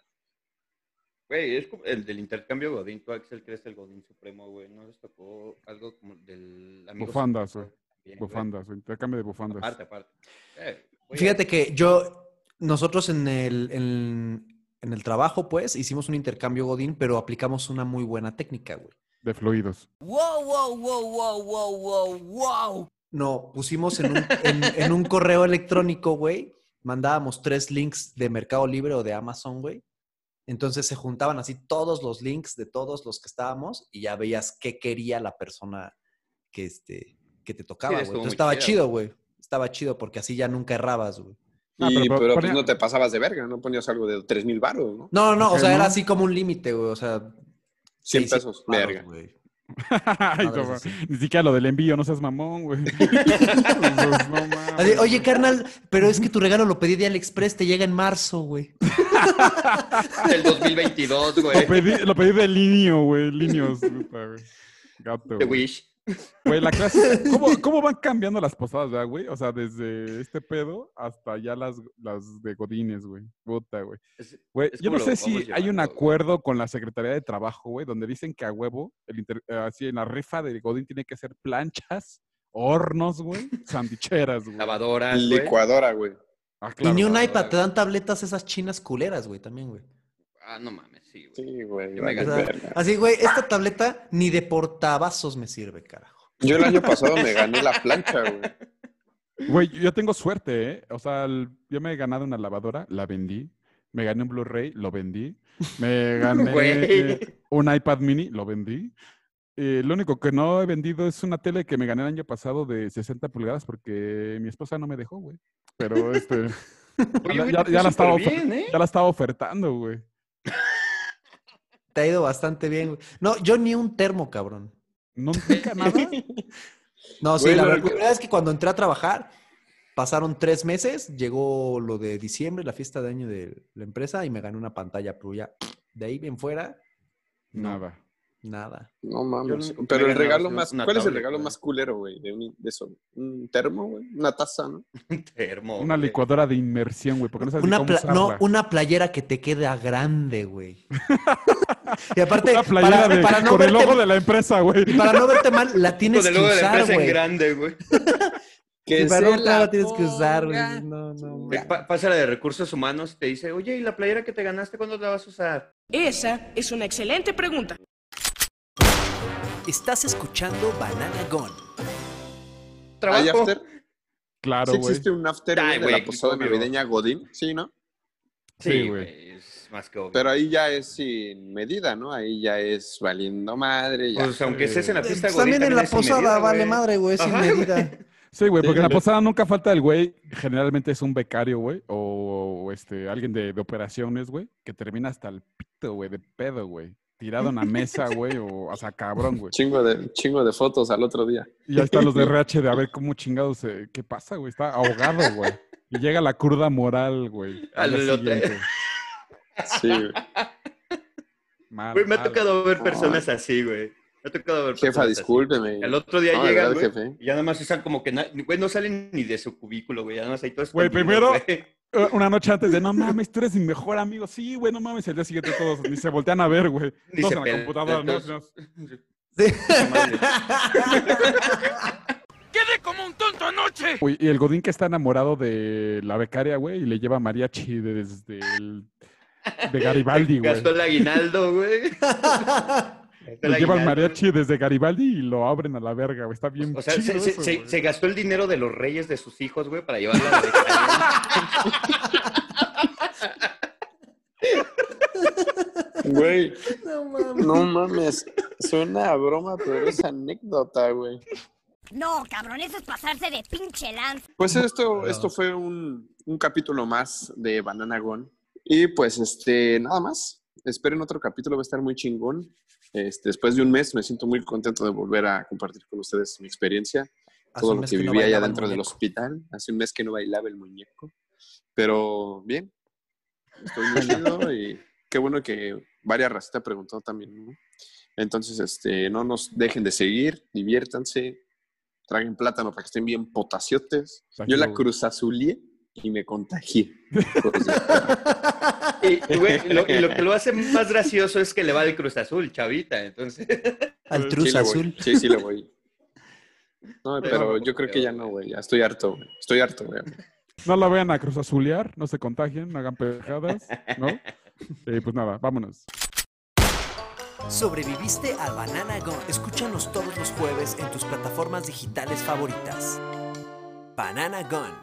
I: Güey, es como el del intercambio Godín. Tú, Axel, crees el Godín Supremo, güey. ¿No les tocó algo como del amigo?
G: Bufandas,
I: secreto? Bien, güey.
G: Bufandas, güey, intercambio de bufandas.
I: Aparte, aparte. Eh, güey,
A: Fíjate que yo, nosotros en el, en, en el trabajo, pues, hicimos un intercambio Godín, pero aplicamos una muy buena técnica, güey.
G: De fluidos.
B: Wow, wow, wow, wow, wow, wow, wow.
A: No, pusimos en un, en- en un correo electrónico, güey, mandábamos tres links de Mercado Libre o de Amazon, güey. Entonces se juntaban así todos los links de todos los que estábamos y ya veías qué quería la persona que, este, que te tocaba, güey.
I: estuvo
A: Entonces
I: muy
A: estaba
I: chido.
A: chido, güey. Estaba chido porque así ya nunca errabas, güey.
G: Ah,
E: y,
G: pero-
E: pero,
G: pero
E: pues
G: ponía-
E: no te pasabas de verga, no ponías algo de 3 mil baros, ¿no?
A: No, no, no, o
G: Ok,
A: sea,
G: ¿no?
A: era así como un límite, güey. O sea,
E: 100
A: 600
E: pesos,
A: varos,
E: verga.
A: güey.
G: Ay,
A: Madres
G: no,
A: así.
G: Ni siquiera lo del envío, no seas mamón, güey.
A: Así, Oye, carnal, pero es que tu regalo lo pedí de AliExpress, te llega en marzo, güey.
I: Del 2022,
G: Lo
I: güey.
G: pedí, lo pedí de linio, güey. Linios. puta, güey. Gato.
I: The
G: güey.
I: Wish.
G: Güey, la clase. ¿cómo, cómo van cambiando las posadas, verdad, güey? O sea, desde este pedo hasta ya las, las de Godines, güey. Puta, güey. Güey,
I: es
G: yo
I: como
G: no
I: lo
G: sé si
I: vamos
G: hay un
I: llevando,
G: acuerdo con la Secretaría de Trabajo, güey, donde dicen que a huevo, el inter- eh, así en la rifa de Godín tiene que ser planchas, hornos, güey, sandicheras, güey.
I: Ah, Lavadoras,
E: güey. Licuadora, güey.
G: Ah,
A: Y
G: claro,
A: ni un
G: lavadora.
A: iPad, te dan tabletas esas chinas culeras, güey, también, güey.
I: Ah, no mames, sí, güey.
E: Sí, güey.
I: Yo me
E: vale
A: O sea,
E: verga.
A: así, güey, esta tableta ni de portavasos me sirve, carajo.
E: Yo el año pasado me gané la plancha, güey.
G: Güey, yo tengo suerte, ¿eh? O sea, el- yo me he ganado una lavadora, la vendí. Me gané un Blu-ray, lo vendí. Me gané eh,
I: Güey.
G: un iPad mini, lo vendí. Eh, lo único que no he vendido es una tele que me gané el año pasado de 60 pulgadas porque mi esposa no me dejó, güey. Pero este.
I: Oye,
G: ya-
I: güey,
G: ya,
I: te
G: ya
I: fue
G: la estaba
I: súper
G: ofer-
I: bien, ¿eh?
G: ya la estaba ofertando, güey.
A: Te ha ido bastante bien, güey. No, yo ni un termo, cabrón.
G: No, nunca nada.
A: No, sí,
E: Güey,
A: la,
E: lo
A: verdad,
E: que-
A: la verdad es que cuando entré a trabajar, pasaron tres meses, llegó lo de diciembre, la fiesta de año de la empresa, y me gané una pantalla, pero ya, de ahí bien fuera, No.
G: Nada.
A: nada.
E: No
I: Yo lo
E: mames.
I: único que
E: Pero
I: me he
E: el
I: ganado
E: regalo
I: es
E: más.
I: una
E: ¿Cuál es el
I: tablet,
E: regalo
I: güey.
E: más culero, güey? De, un- de eso. ¿Un termo, güey? ¿Una taza, no?
I: Termo.
G: Una
I: güey.
G: licuadora de inmersión, güey, porque no sabes ni
A: Una
G: cómo
A: pla- no,
G: usarla.
A: una playera que te queda grande, güey. y aparte,
G: Una playera
A: para,
G: de-
A: para no
G: con el
A: verte,
G: logo de la empresa, güey.
A: y para no verte mal, la tienes
I: Con el
A: que
I: logo de la
A: usar,
I: empresa en
A: güey.
I: grande, güey.
A: Y
E: Que
A: para no
E: se
A: verte mal,
E: la
A: la tienes que usar, güey.
E: ponga.
A: No, no,
I: Te
A: mames.
I: pa- Pasa la de recursos humanos y te dice, oye, ¿y la playera que te ganaste cuándo la vas a usar?
Q: Esa es una excelente pregunta.
B: Estás escuchando Banana Gone.
A: Ah,
E: ¿Hay
I: Trabajo.
E: after?
G: Claro,
E: ¿Sí
G: güey.
E: existe un after
I: Ay,
E: güey, de
I: güey,
E: la posada
I: obvio.
E: navideña Godín? Sí, ¿no?
G: Sí,
I: Sí,
G: güey.
I: güey. Es más que obvio.
E: Pero ahí ya es sin medida, ¿no? Ahí ya es valiendo madre. Ya.
I: Pues aunque estés en la fiesta, güey.
A: También en la
I: es sin
A: posada
I: medida,
A: vale
I: güey.
A: madre, güey, sin
I: Ajá,
A: medida.
G: Sí, güey,
E: Sí,
G: porque en la
E: le-
G: posada nunca falta el güey, generalmente es un becario, güey, o, o, este, alguien de, de operaciones, güey, que termina hasta el pito, güey, de pedo, güey, tirado en la mesa, güey, o hasta cabrón, güey.
E: Chingo de, chingo de fotos al otro día.
G: Y ahí están los de RH de a ver cómo chingados, eh, ¿qué pasa, güey? Está ahogado, güey. Y llega la cruda moral, güey. al
I: Al
G: día
I: hotel.
G: siguiente.
E: Sí, güey.
G: Mal,
I: Güey, me ha
G: mal,
I: tocado ver
E: Ay.
I: personas así, güey. Me ha tocado ver
E: Jefa,
I: personas así.
E: discúlpeme.
I: El otro día
E: No, de verdad,
I: llegan, güey,
E: jefe.
I: y ya nada más están como que, na- güey, no salen ni de su cubículo, güey, ya nada más ahí todos
G: Güey,
I: escondidos,
G: primero-
I: güey.
G: Eh, Una noche antes de, no mames, tú eres mi mejor amigo. Sí, güey, no mames. El día siguiente todos ni se voltean a ver, güey.
I: Ni
G: Todos
I: se
G: en la
I: pelan,
G: computadora. no,
I: todos-
G: no.
P: ¡Quedé como un tonto anoche!
G: Uy, y el Godín que está enamorado de la becaria, güey, y le lleva mariachi desde el... De Garibaldi, güey.
I: Gastó el aguinaldo, güey. Gastó el
G: Le llevan
I: aguinaldo.
G: mariachi desde Garibaldi y lo abren a la verga, güey. Está bien
I: O sea,
G: chido
I: se, se-
G: eso,
I: se-
G: güey.
I: se gastó el dinero de los reyes de sus hijos, güey, para llevarla a la becaria.
E: Güey,
A: No mames.
E: no mames. Suena a broma, pero es anécdota, güey.
C: No, cabrón, eso es pasarse de pinche lanza.
E: Pues esto, esto fue un, un capítulo más de Banana Gone. Y pues este, nada más. Esperen otro capítulo, va a estar muy chingón. Este, después de un mes me siento muy contento de volver a compartir con ustedes mi experiencia,
A: Hace
E: todo
A: un
E: lo
A: mes
E: que
A: que no
E: vivía allá
A: bailaba el
E: dentro del
A: muñeco.
E: hospital. Hace un mes que no bailaba el muñeco. Pero bien, estoy muy chido y qué bueno que varias racita preguntó también. ¿no? Entonces, este, no nos dejen de seguir, diviértanse, traguen plátano para que estén bien potaciotes.
G: Está
E: Yo la
G: chido, güey.
E: cruzazulié y me contagié. Pues,
I: Y, y, güey, lo, y lo que lo hace más gracioso es que le va al Cruz Azul, chavita, entonces.
A: Al
E: sí,
A: Cruz
E: le voy.
A: Azul.
E: Sí, sí, le voy. No, pero
I: Pero-
E: yo creo que ya no, güey. Ya estoy harto, güey. Estoy harto, güey.
G: No la vean a cruzazulear, no se contagien, no hagan pejadas, ¿no? Eh, pues nada, vámonos.
B: Sobreviviste al Banana Gone. Escúchanos todos los jueves en tus plataformas digitales favoritas. Banana Gone.